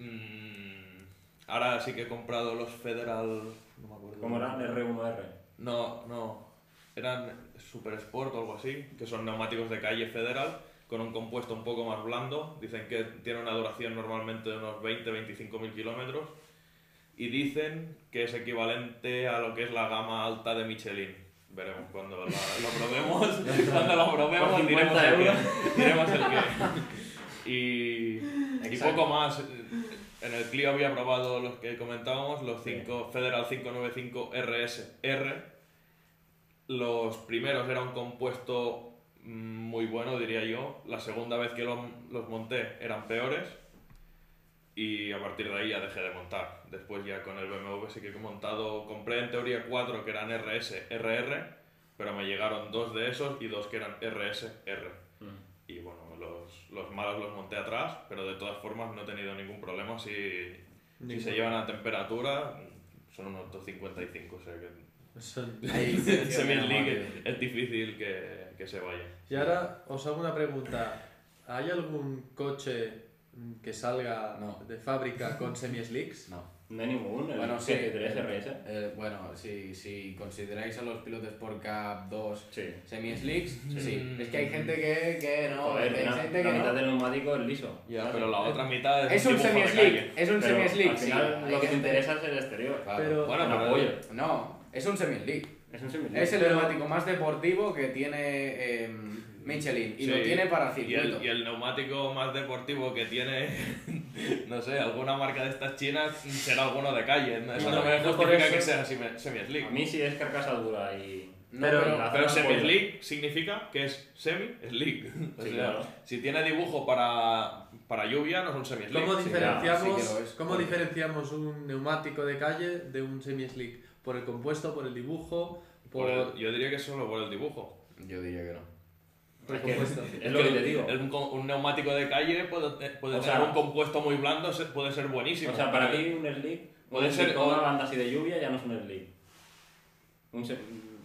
Mm, ahora sí que he comprado los Federal... No me acuerdo.
¿Cómo eran? R1R.
No, no. Eran Super Sport o algo así, que son neumáticos de calle federal con un compuesto un poco más blando. Dicen que tiene una duración normalmente de unos 20-25 mil kilómetros. Y dicen que es equivalente a lo que es la gama alta de Michelin. Veremos cuando la- lo probemos. cuando lo
Por
probemos,
50
diremos el
euros.
qué. Diremos el qué. Y, y
Exacto.
poco más. eh, En el Clio había probado los que comentábamos, los
Sí.
cinco- Federal 595 RSR. Los primeros era un compuesto mm, muy bueno, diría yo. La segunda vez que lo- los monté eran peores. y a partir de ahí ya dejé de montar. Después ya con el BMW sí que he montado, compré en teoría cuatro que eran RS, RR, pero me llegaron dos de esos y dos que eran RS, R. Y bueno, los, los malos los monté atrás, pero de todas formas no he tenido ningún problema si, si
Ningún.
se llevan a temperatura, son unos 255, o sea que
Son-
Ahí
se me
funciona,
ligue,
Mario.
es difícil que, que se vaya.
Y ahora os hago una pregunta. ¿Hay algún coche mm, que salga
No.
de fábrica con semi-slicks?
No.
No hay ningún, el
Bueno,
bueno,
sí.
73 RS.
Eh, bueno, si, si consideráis a los pilotos por Cup 2
Sí.
semi-slicks, sí.
Sí.
Es que hay gente que, que no,
Joder,
hay
una-
gente
la
que
mitad
no.
del neumático es liso.
Ya, pero la otra mitad es,
Es un
dibujo de
semi-slick,
calle.
es un
Pero
semi-slick,
Al
sí.
final
hay
lo que te
gente-
interesa es el exterior.
Claro.
Pero,
Bueno,
Un
pero-
apoyo.
No, es un semi-slick.
Es un semi
Es el
Pero-
neumático más deportivo que tiene eh, Michelin y lo
Sí,
tiene para
y el,
circuito.
y el neumático más deportivo que tiene, no sé, alguna marca de estas chinas será alguno de calle. ¿no? Eso
No,
no, me
no por
justifica
eso-
que sea semi- semi-slick.
A mí sí es carcasa dura y.
No,
pero-
pero-
la
Pero
zona apoya.
semi-slick significa que es semi-slick. O
Sí,
sea,
claro.
si tiene dibujo para, para lluvia, no es un semi-slick.
¿Cómo
Sí,
diferencia?
diferenciamos,
sí que lo es.
¿cómo
Porque-
diferenciamos un neumático de calle de un semi-slick? ¿Por el compuesto, por el dibujo, por,
por el- Pues yo diría que solo por el dibujo.
Yo diría que no.
por el
Es que-
compuesto?
Es lo que te digo.
El- un, co- un neumático de calle puede, eh, puede
O
tener
sea-
un compuesto muy blando, se- puede ser buenísimo.
O sea, para ti un slick.
Puede
un
ser
slick con
o-
una banda así de lluvia ya no es un slick. Un, se-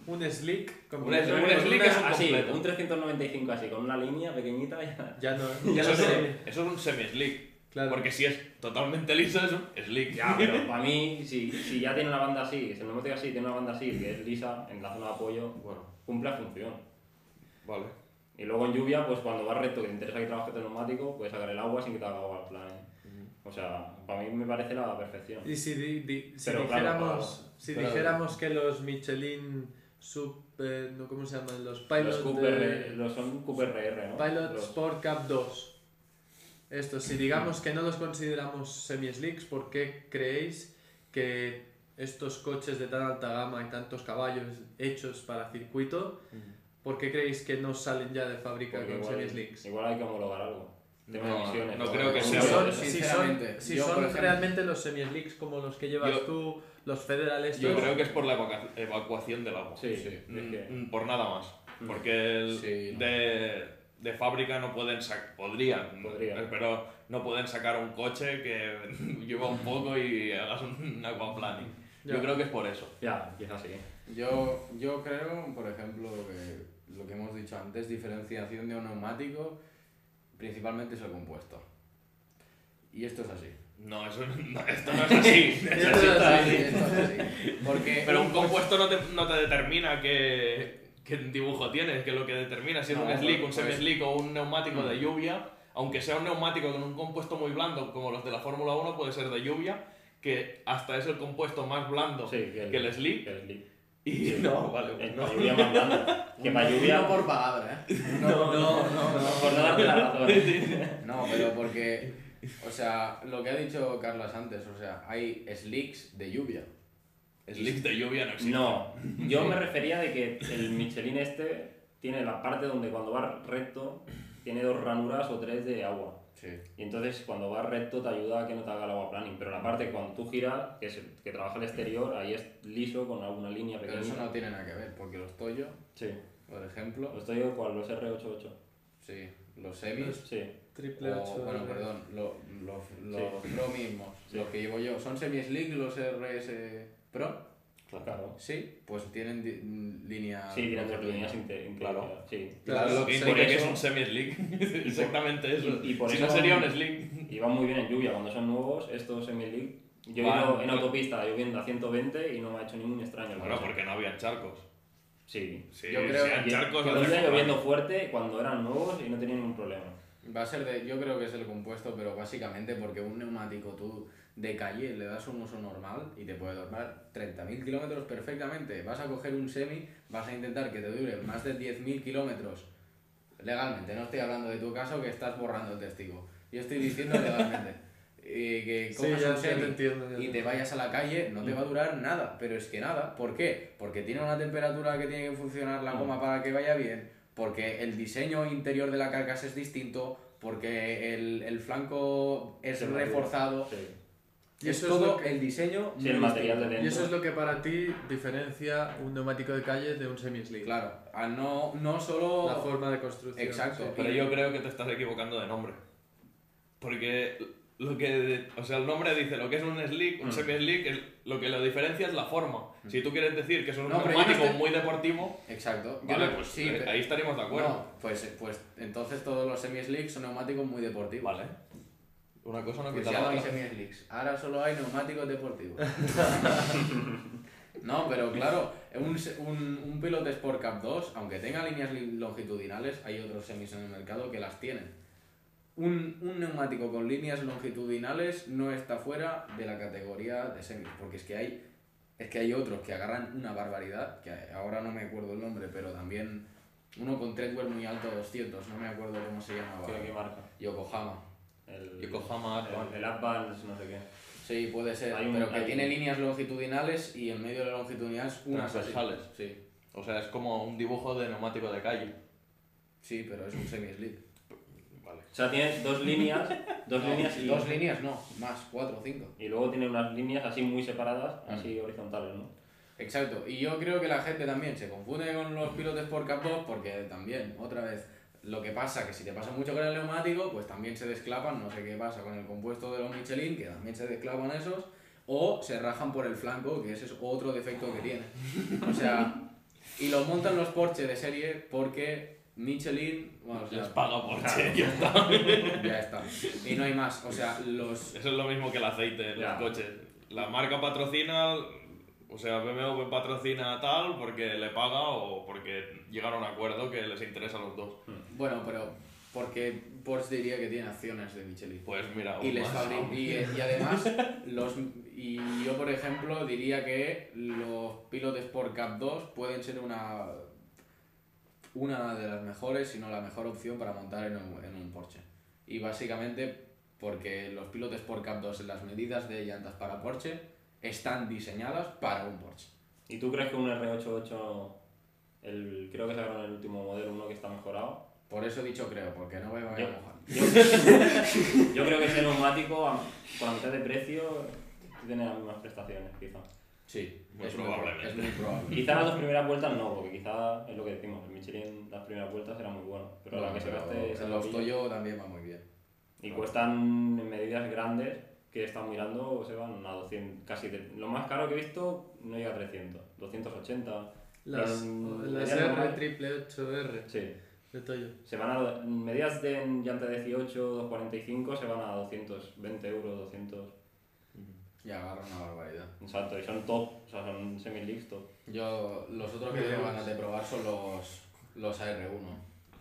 Un slick, con-
Un slick, un slick es un
así,
completo.
un 395 así, con una línea pequeñita ya.
Ya no,
Y
ya
Eso
no
es, un-
sé.
eso es un semi-slick.
Claro.
Porque si es totalmente liso, es un slick.
Ya, pero para mí, si, si ya tiene la banda así, si el neumático así, tiene una banda así, que es lisa, en la zona de apoyo,
Bueno,
cumple la función.
vale.
Y luego en lluvia, pues cuando vas recto, que te interesa que trabajes el neumático, puedes sacar el agua sin que te haga agua el plan. ¿eh? O sea, para mí me parece la perfección.
Y si, di- di- si
Pero claro,
dijéramos,
claro.
si
Claro.
dijéramos que los Michelin sub, eh, no, ¿cómo se llaman? Los
Los
pilots
Cooper,
de-
los son Cooper RR, ¿no?
Pilot
Los-
Sport Cup 2. Estos, si digamos que no los consideramos semi-slicks, ¿por qué creéis que estos coches de tan alta gama y tantos caballos hechos para circuito, ¿por qué creéis que no salen ya de fábrica
porque
con
igual,
semi-slicks?
igual hay que homologar algo. Tema de
No,
emisiones,
no
todo.
creo que
Si
sea.
son,
Yo,
si son,
sinceramente,
si
yo,
son
por ejemplo-
realmente los semi-slicks como los que llevas
Yo-
tú, los Federal estos,
Yo creo que es por la evaca- evacuación del agua.
Sí,
Sí.
sí. Es que,
Mm, Por nada más. Porque el-
Sí, no.
de, de fábrica no pueden sacar. Podrían, Eh,
Podrían.
pero no pueden sacar un coche que lleva un poco y hagas un aquaplaning. Yo
Ya.
creo que es por eso.
ya, quizás sí.
Yo, yo creo, por ejemplo, que lo que hemos dicho antes, diferenciación de un neumático, principalmente es el compuesto. Y esto es así.
No, eso, no, esto no es así.
Esto
Esto
es
es
así.
así.
Esto es así. Porque
Pero un compuesto no te, no te determina qué, qué dibujo tienes, que lo que determina si es
No,
un slick, un
pues-
semi-slick o un neumático de lluvia, aunque sea un neumático con un compuesto muy blando, como los de la Fórmula 1, puede ser de lluvia, que hasta es el compuesto más blando
Sí,
que, el slick.
que Eh, el slick.
Y no, vale, pues
En
no.
la lluvia más blanda. Que para
No
lluvia,
por palabra, ¿eh? No, no, no. no.
por no darte la razón.
No, pero porque, o sea, lo que ha dicho Carlas antes, o sea, hay slicks de lluvia.
Slicks de lluvia no existen.
No, yo me refería de que el Michelin este tiene la parte donde cuando va recto tiene dos ranuras o tres de agua.
Sí.
Y entonces cuando vas recto te ayuda a que no te haga el agua planning. Pero la parte que cuando tú giras, que, es, que trabaja el exterior, ahí es liso con alguna línea
Pero eso
pequeñita.
no tiene nada que ver, porque los Toyo,
Sí.
por ejemplo,
Los Pues digo con los R88.
sí, los Semis,
Sí.
triple
O,
ocho,
bueno,
¿no?
perdón, lo, lo, lo Pro mismos,
Sí.
los que llevo yo, son semi-slick, los RS Pro,
Claro.
sí, pues tienen di- línea...
Sí, tiene otras
línea.
líneas inte- inte-
Claro.
Sí.
Claro,
Lo que
sí,
indica
por
que es
eso-
un semi-slick. Exactamente eso.
y- y por
si
eso-
no sería un slick.
Y van muy bien en lluvia cuando son nuevos, estos en mi league. Yo he
Van-
ido en autopista lloviendo a 120 y no me ha hecho ningún extraño. el
Bueno,
coche.
porque no había charcos.
Sí.
Sí,
Yo creo
si eran
Y-
charcos...
que
no
los iba
te
lloviendo fuerte cuando eran nuevos y no tenía ningún problema.
Va a ser de, yo creo que es el compuesto, pero básicamente porque un neumático tú de calle le das un uso normal y te puede durar 30.000 kilómetros perfectamente. Vas a coger un semi, vas a intentar que te dure más de 10.000 kilómetros legalmente. No estoy hablando de tu caso que estás borrando el testigo. Yo estoy diciendo legalmente. Y que
Sí,
cojas
ya-
un
ya
semi
te entiendo, ya te
y te
entiendo.
vayas a la calle, no te va a durar nada, pero es que nada. ¿Por qué? Porque tiene una temperatura que tiene que funcionar la goma para que vaya bien, porque el diseño interior de la carcasa es distinto, porque el, el flanco es
Sí,
reforzado.
Sí.
Y
es
eso es
todo
lo que-
el diseño.
Sí,
muy
el material
distinto.
de
Y
dentro.
eso es lo que para ti diferencia un neumático de calle de un semi-slick.
Claro, a no, no solo.
La forma de construcción.
Exacto.
sí.
Pero yo creo que te estás equivocando de nombre. Porque lo que. O sea, el nombre dice lo que es un slick, un
Mm.
semi-slick, el- lo que lo diferencia es la forma. Si tú quieres decir que es un
Mm. No, pero yo no
neumático
estoy-
muy deportivo,
Exacto.
vale, pues
sí,
eh,
pe-
ahí estaríamos de acuerdo.
No, pues, pues entonces todos los semi-slicks son neumáticos muy deportivos.
Vale. Una cosa no
Pues
quita
ya
la
no hay
otra.
semi-slicks, ahora solo hay neumáticos deportivos. no, pero claro, un, se- un, un piloto Sport Cup 2, aunque tenga líneas li- longitudinales, hay otros semis en el mercado que las tienen. Un, un neumático con líneas longitudinales no está fuera de la categoría de semis, porque es que hay es que hay otros que agarran una barbaridad, que ahora no me acuerdo el nombre, pero también uno con treadwear muy alto 200, no me acuerdo cómo se llamaba.
¿Qué, qué marca?
Yokohama.
El,
Yokohama Advan.
el, el Advance, no sé qué.
Sí, puede ser,
Hay un-
pero que
hay-
tiene líneas longitudinales y en medio de las longitudinales unas así.
Transversales.
Sí,
O sea, es como un dibujo de neumático de calle.
sí, pero es un semi-slip.
Vale.
O sea, tiene dos líneas, dos
No,
líneas y,
Dos líneas no, más, cuatro o cinco.
y luego tiene unas líneas así muy separadas, así horizontales, ¿no?
Exacto, y yo creo que la gente también se confunde con los pilotos por Cup 2 porque también, otra vez, lo que pasa que si te pasa mucho con el neumático, pues también se desclapan, no sé qué pasa con el compuesto de los Michelin, que también se desclapan esos, o se rajan por el flanco, que ese es otro defecto que tiene. O sea, y los montan los Porsche de serie porque Michelin, bueno, o sea,
Les paga por
Claro.
ya está.
ya está. Y no hay más, o sea, los...
Eso es lo mismo que el aceite en
Ya.
los coches. La marca patrocina, o sea, BMW patrocina tal porque le paga o porque llegaron a un acuerdo que les interesa a los dos.
Bueno, pero porque Porsche diría que tiene acciones de Michelin.
Pues mira,
y
aún
les
más.
fabri- y, y además los y yo por ejemplo diría que los pilotos por Cup 2 pueden ser una una de las mejores si no la mejor opción para montar en un, en un Porsche y básicamente porque los pilotos por Cup 2 en las medidas de llantas para Porsche están diseñadas para un Porsche
¿Y tú crees que un R88, el, creo que sacaron el último modelo, uno que está mejorado?
por eso he dicho creo porque no me voy a
Yo-
mojar
Yo, yo creo que ese neumático, a- por la mitad de precio, tiene las mismas prestaciones, quizá.
sí
Muy
es muy, pro-
probablemente.
es muy probable
Quizá las dos primeras vueltas no, porque quizá es lo que decimos, el Michelin las primeras vueltas era muy bueno, pero la
No,
que
pero
sacaste esa
los
ladilla-
Toyo también va muy bien
Y cuestan en medidas grandes que están mirando, se van a 200, casi de- lo más caro que he visto no llega a 300, 280.
Las,
En-
las
en-
R triple 8R
Sí,
de Toyo.
se van a en medidas de en llanta 18, 245, se van a 220 euros, 200.
y agarra una barbaridad
Exacto, y son top, o sea, son semi-leaks top.
Yo, los otros que tengo ganas de probar son los, los AR1.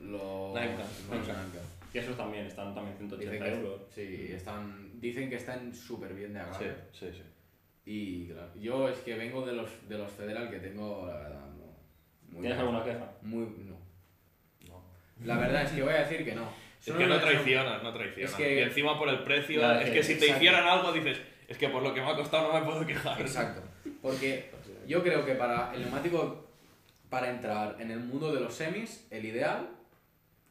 Los
Nike.
los
Nike.
Nike.
Y esos también están también 180
Dicen que,
euros.
sí, están, dicen que están súper bien de
Sí,
agarre.
sí, sí.
Y claro, yo es que vengo de los, de los Federal que tengo, la verdad, no. Muy,
¿Tienes alguna queja?
Muy, no. La verdad es que voy a decir que no.
Es
Son
que no
unas-
traicionas, no traicionas.
Es que-
Y encima por el precio,
Ya,
es
sí,
que si te
exacto.
hicieran algo dices, es que por lo que me ha costado no me puedo quejar.
Exacto. Porque yo creo que para el neumático, para entrar en el mundo de los semis, el ideal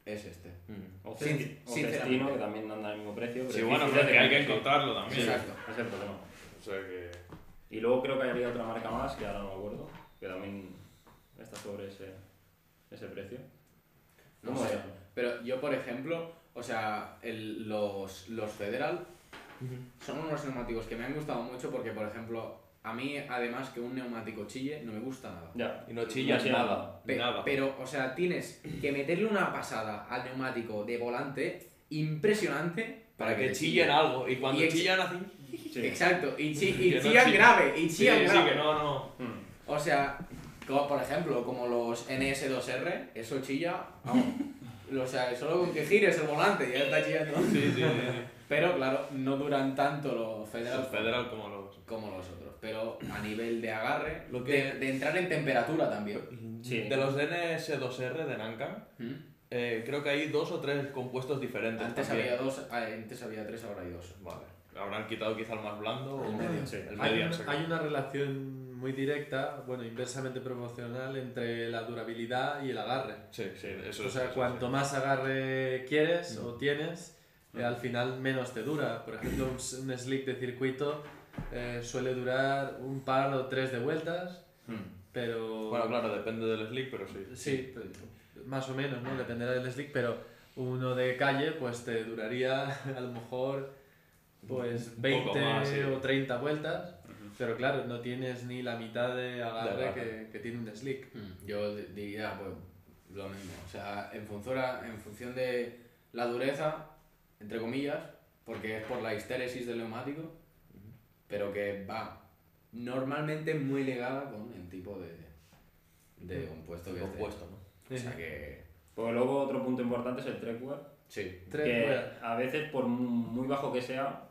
es este.
Mm.
O
Sin-
Cesti- o
sinceramente.
Cestino, que también anda al mismo precio. Pero
Sí,
es
bueno,
difícil
pero es
de
que hay que
conseguir.
encontrarlo también.
Exacto.
Ese es el problema.
O sea que...
Y luego creo que había otra marca más, que ahora no me acuerdo, que también está sobre ese, ese precio.
No
¿Cómo
sé,
era?
pero yo por ejemplo, o sea, el- los, los Federal son unos neumáticos que me han gustado mucho porque por ejemplo, a mí además que un neumático chille no me gusta nada.
Ya.
Y no chillas
chilla
nada,
Pe-
nada.
Pero, o sea, tienes que meterle una pasada al neumático de volante impresionante
Para que
te
chillen algo. Y cuando
Y ex-
chillan así...
Sí.
Exacto, y, chi-
Que
y
no
chillan
chille.
grave, y
Sí,
chillan
sí,
grave.
que no, no.
Mm.
O sea, como, por ejemplo, como los NS2R, eso chilla, vamos. o sea, solo con que gires el volante ya está chillando.
Sí, sí, sí. sí.
Pero claro, no duran tanto los
Los
Federal
Federal como los...
como los otros. Pero a nivel de agarre,
Lo que-
de, de entrar en temperatura también.
Sí.
De los NS2R de Nankan,
¿Mm?
eh, creo que hay dos o tres compuestos diferentes.
Antes
también.
había dos, ah, antes había tres, ahora hay dos.
Vale. Habrán quitado quizá el más blando o
El medio,
sí.
el
El
Hay,
medio,
una-
no sé
hay
cómo.
una relación muy directa, bueno, inversamente proporcional entre la durabilidad y el agarre.
Sí, sí, eso
O
es.
sea,
eso
cuanto
sí.
más agarre quieres
Mm.
o tienes, eh, al final menos te dura. Por ejemplo, un, s- un slick de circuito eh, suele durar un par o tres de vueltas, pero...
Hmm. Bueno, claro, depende del slick, pero sí.
Sí, pero- más o menos, ¿no? Dependerá del slick, pero uno de calle pues te duraría a lo mejor pues
Un
20
poco más, sí.
o 30 vueltas, pero claro, no tienes ni la mitad de
De
agarre
agarre.
que, que tiene un slick.
Mm, Yo di- diría pues lo mismo. O sea, en función, a- en función de la dureza, entre comillas, porque es por la histéresis del neumático, pero que va normalmente muy ligada con el tipo de, de compuesto que esté.
Compuesto, ¿no?
O sea que.
Pues luego otro punto importante es el treadwear,
Sí.
Tres
que
ruedas.
a veces por mu- muy bajo que sea,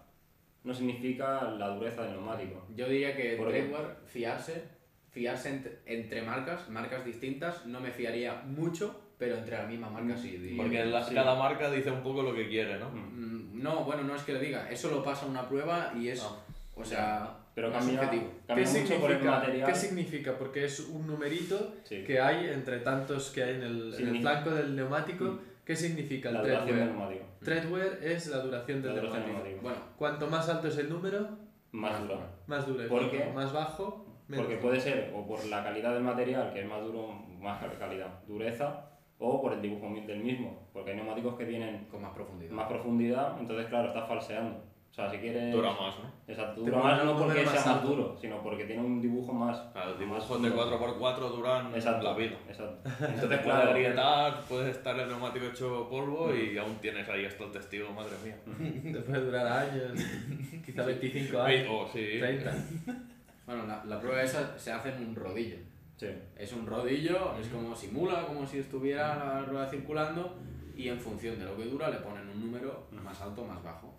no significa la dureza del neumático.
Yo diría que
Por ejemplo.
Trevor, fiarse, fiarse ent- entre marcas, marcas distintas, no me fiaría mucho, pero entre las mismas marcas sí. diría.
Porque la-
Sí.
cada marca dice un poco lo que quiere, ¿no?
Mm.
Mm, No, bueno, no es que lo diga, eso lo pasa una prueba y es,
Ah.
o sea,
Pero
más
cambia,
subjetivo.
¿Qué
cambia mucho por el
significa?
material.
¿Qué significa? Porque es un numerito
Sí.
que hay entre tantos que hay en el, en el
Sí.
flanco del neumático. ¿Qué significa el
Mm. la duración del
treadwear?
neumático.
Treadwear es la duración
La
del
duración del
neumático.
neumático.
Bueno,
Cuanto más alto es el número,
Más dura.
más duro. Y
¿Por
cuanto
qué?
Más bajo, menos.
Porque puede ser o por la calidad del material, que es más duro, más calidad, dureza, o por el dibujo mi- del mismo. Porque hay neumáticos que tienen
con más profundidad.
más profundidad, entonces claro, estás falseando. O sea, si quieres...
Dura más, ¿no?
Exacto,
Te
dura
ponen
más
un
no porque
número
sea
más
más
alto.
duro, sino porque tiene un dibujo más...
Claro,
más
dibujos
duro.
de 4x4 duran
Exacto,
la vida.
Exacto.
Entonces,
Entonces,
puedes
claro,
agrietar, puedes estar el neumático hecho polvo y aún tienes ahí hasta el testigo, madre mía.
Te puede durar años, quizá 25
Ve-
años,
Oh, sí.
30.
Bueno, la, la prueba esa se hace en un rodillo.
sí.
Es un rodillo, es como simula, como si estuviera la rueda circulando y en función de lo que dura le ponen un número más alto o más bajo.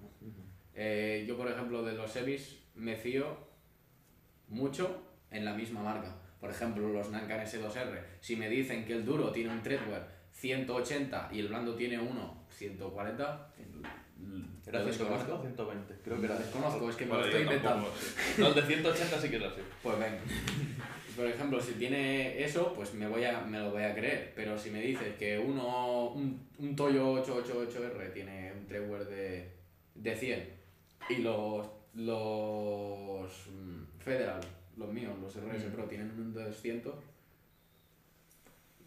Eh, yo, por ejemplo, de los Evis me fío mucho en la misma marca. Por ejemplo, los Nankan S2R. Si me dicen que el duro tiene un treadwear 180 y el blando tiene uno 140,
¿Era
lo
140
desconozco.
o 120? Creo
Creo
que
que
era
la
120.
desconozco, es que me lo
Vale,
estoy
yo tampoco,
inventando.
sí. No, el de 180 sí que es así.
Pues venga. Por ejemplo, si tiene eso, pues me, voy a, me lo voy a creer. Pero si me dices que uno, un, un Toyo 888R tiene un treadwear de, de 100 y los, los mm, Federal, los míos, los RS Pro, tienen un 200,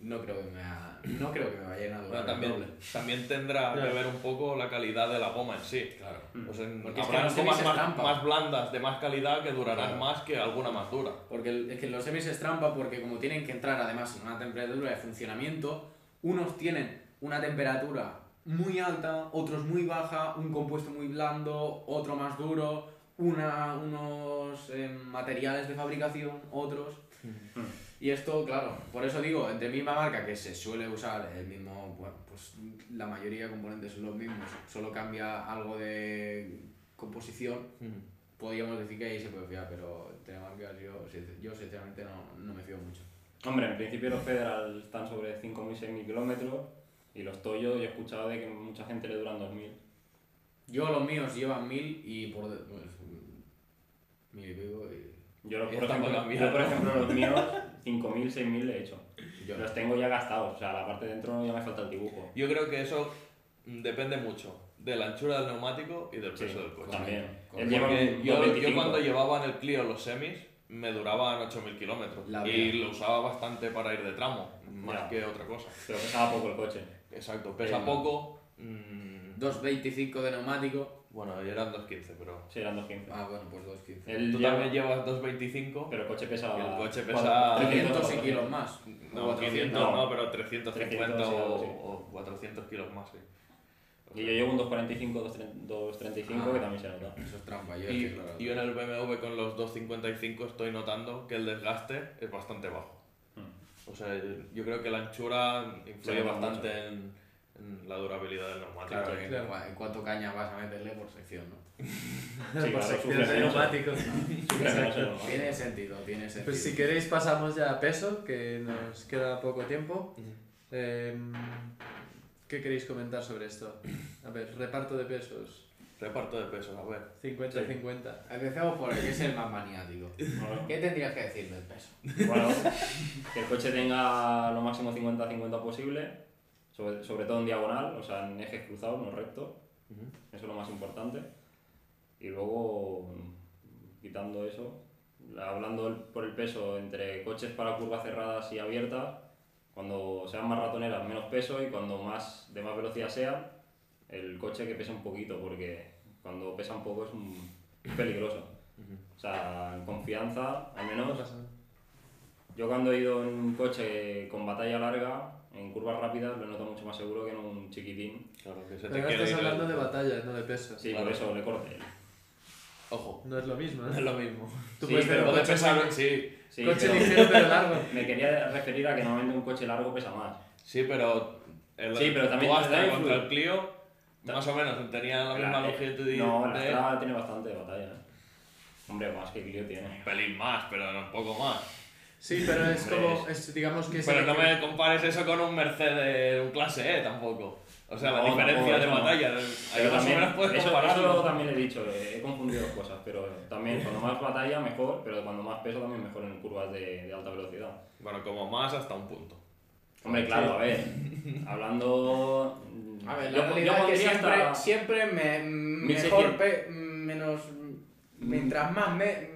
no creo que me, va- no creo que me vayan a durar
Bueno,
el doble.
también, también tendrá
Ya.
que ver un poco la calidad de la goma en sí.
Claro.
O sea,
Porque es que
habrán
los semis
gomas
es
más,
trampa.
más blandas, de más calidad, que durarán
Claro.
más que alguna más dura.
Porque el- es que los semis es trampa porque como tienen que entrar además en una temperatura de funcionamiento, unos tienen una temperatura muy alta, otros muy baja, un compuesto muy blando, otro más duro, una, unos eh, materiales de fabricación, otros. Y esto, claro, por eso digo, entre misma marca que se suele usar el mismo, bueno, pues la mayoría de componentes son los mismos, solo cambia algo de composición, podríamos decir que ahí se puede fiar, pero entre marcas yo, sin- yo sinceramente no, no me fío mucho.
Hombre, en principio los Federal están sobre 5.000, 6.000 kilómetros y los Toyo yo he escuchado de que mucha gente le duran 2.000.
Yo los míos llevan mil y por... de- Pues, mm, mil y pico y...
Yo, los- por
Está
ejemplo,
para
yo, por
cambiar.
ejemplo, los míos 5.000, 6.000 le he hecho.
Yo,
Los tengo ya gastados, o sea, la parte de dentro ya me falta el dibujo.
Yo creo que eso mm, depende mucho de la anchura del neumático y del peso del coche.
también.
Con-
Él
con-
lleva
pues Porque
un
yo, yo
25.
cuando llevaba en el Clio los semis me duraban 8.000 kilómetros
La
y
vida.
lo usaba bastante para ir de tramo, más
Ya.
que otra cosa.
Pero pesaba poco el coche.
Exacto, pesa
Venga.
poco. mm,
2.25 de neumático.
bueno, y eran 2.15, pero...
Sí, eran 2.15.
Ah, bueno, pues 2.15.
Él
Tú
lleva-
también llevas 2.25.
Pero el coche pesa...
El coche
cuatro-
pesa
300 y
400.
kilos más.
No,
400.
500 no, pero 350
300 y
o,
algo, sí.
o 400 kilos más, sí.
Y yo llevo un 2.45, 2.35
Ah.
que también se nota.
Eso es trampa, yo es
Y
que, claro,
yo en el BMW con los 255 estoy notando que el desgaste es bastante bajo. O sea, yo creo que la anchura influye
nota
bastante en, en la durabilidad del neumático.
claro,
Sí.
claro.
en cuánto caña vas a meterle por sección, ¿no?
Pues
Sí,
Por
claro,
sección
sufre
de
menos.
neumáticos.
Sufre menos el neumático.
Tiene sentido, tiene sentido.
Pues si queréis pasamos ya a peso, que nos queda poco tiempo. Em, ¿Qué queréis comentar sobre esto? A ver, reparto de pesos.
Reparto de pesos, a ver.
50-50.
Empecemos por el que es el más maniático.
Bueno,
¿Qué tendrías que decir del peso?
Bueno, que el coche tenga lo máximo 50-50 posible, sobre, sobre todo en diagonal, o sea, en ejes cruzados, no rectos. Eso es lo más importante. Y luego, mm, quitando eso, hablando el- por el peso entre coches para curvas cerradas y abiertas, cuando sean más ratoneras, menos peso y cuando más de más velocidad sea, el coche que pesa un poquito, porque cuando pesa un poco es, un- es peligroso. O sea, en confianza, al menos. Yo cuando he ido en un coche con batalla larga, en curvas rápidas, lo noto mucho más seguro que en un chiquitín.
Claro, que se te
Pero ahora
quiere
estás
ir el-
hablando de batallas, no de pesos.
Sí, por
Claro.
eso le corte.
Ojo,
No es lo mismo,
no es
¿eh?
lo mismo.
Tú
Sí,
puedes tener un
pero
Puede
coche,
pesar, sí,
Sí,
coche
pero
ligero pero largo.
me quería referir a que normalmente un coche largo pesa más.
sí, pero. El,
Sí, pero también-
tú hasta
también
contra
influye.
el Clio, más o menos, tenía la misma
La- eh,
longitud
No, la
¿eh?
de.
Strada tiene bastante batalla. ¿eh? Hombre, más que Clio tiene.
Un pelín más, pero un poco más.
Sí, pero es
Hombre,
como, es, digamos que es
Pero
el
no
eje-
me compares eso con un Mercedes, un clase E tampoco. O sea, la
No,
diferencia
tampoco,
de
eso no.
batalla. Ahí
Pero
más o
también-
menos puedes
eso-
compararlo.
eso también he dicho, eh, he confundido dos cosas, pero también cuando más batalla mejor, pero cuando más peso también mejor en curvas de- de alta velocidad.
Bueno, como más hasta un punto.
Hombre, claro, a ver. Hablando.
A ver,
yo-
la
yo
realidad es que
pondría
siempre,
hasta-
siempre me, mejor, pe- menos, mientras más me...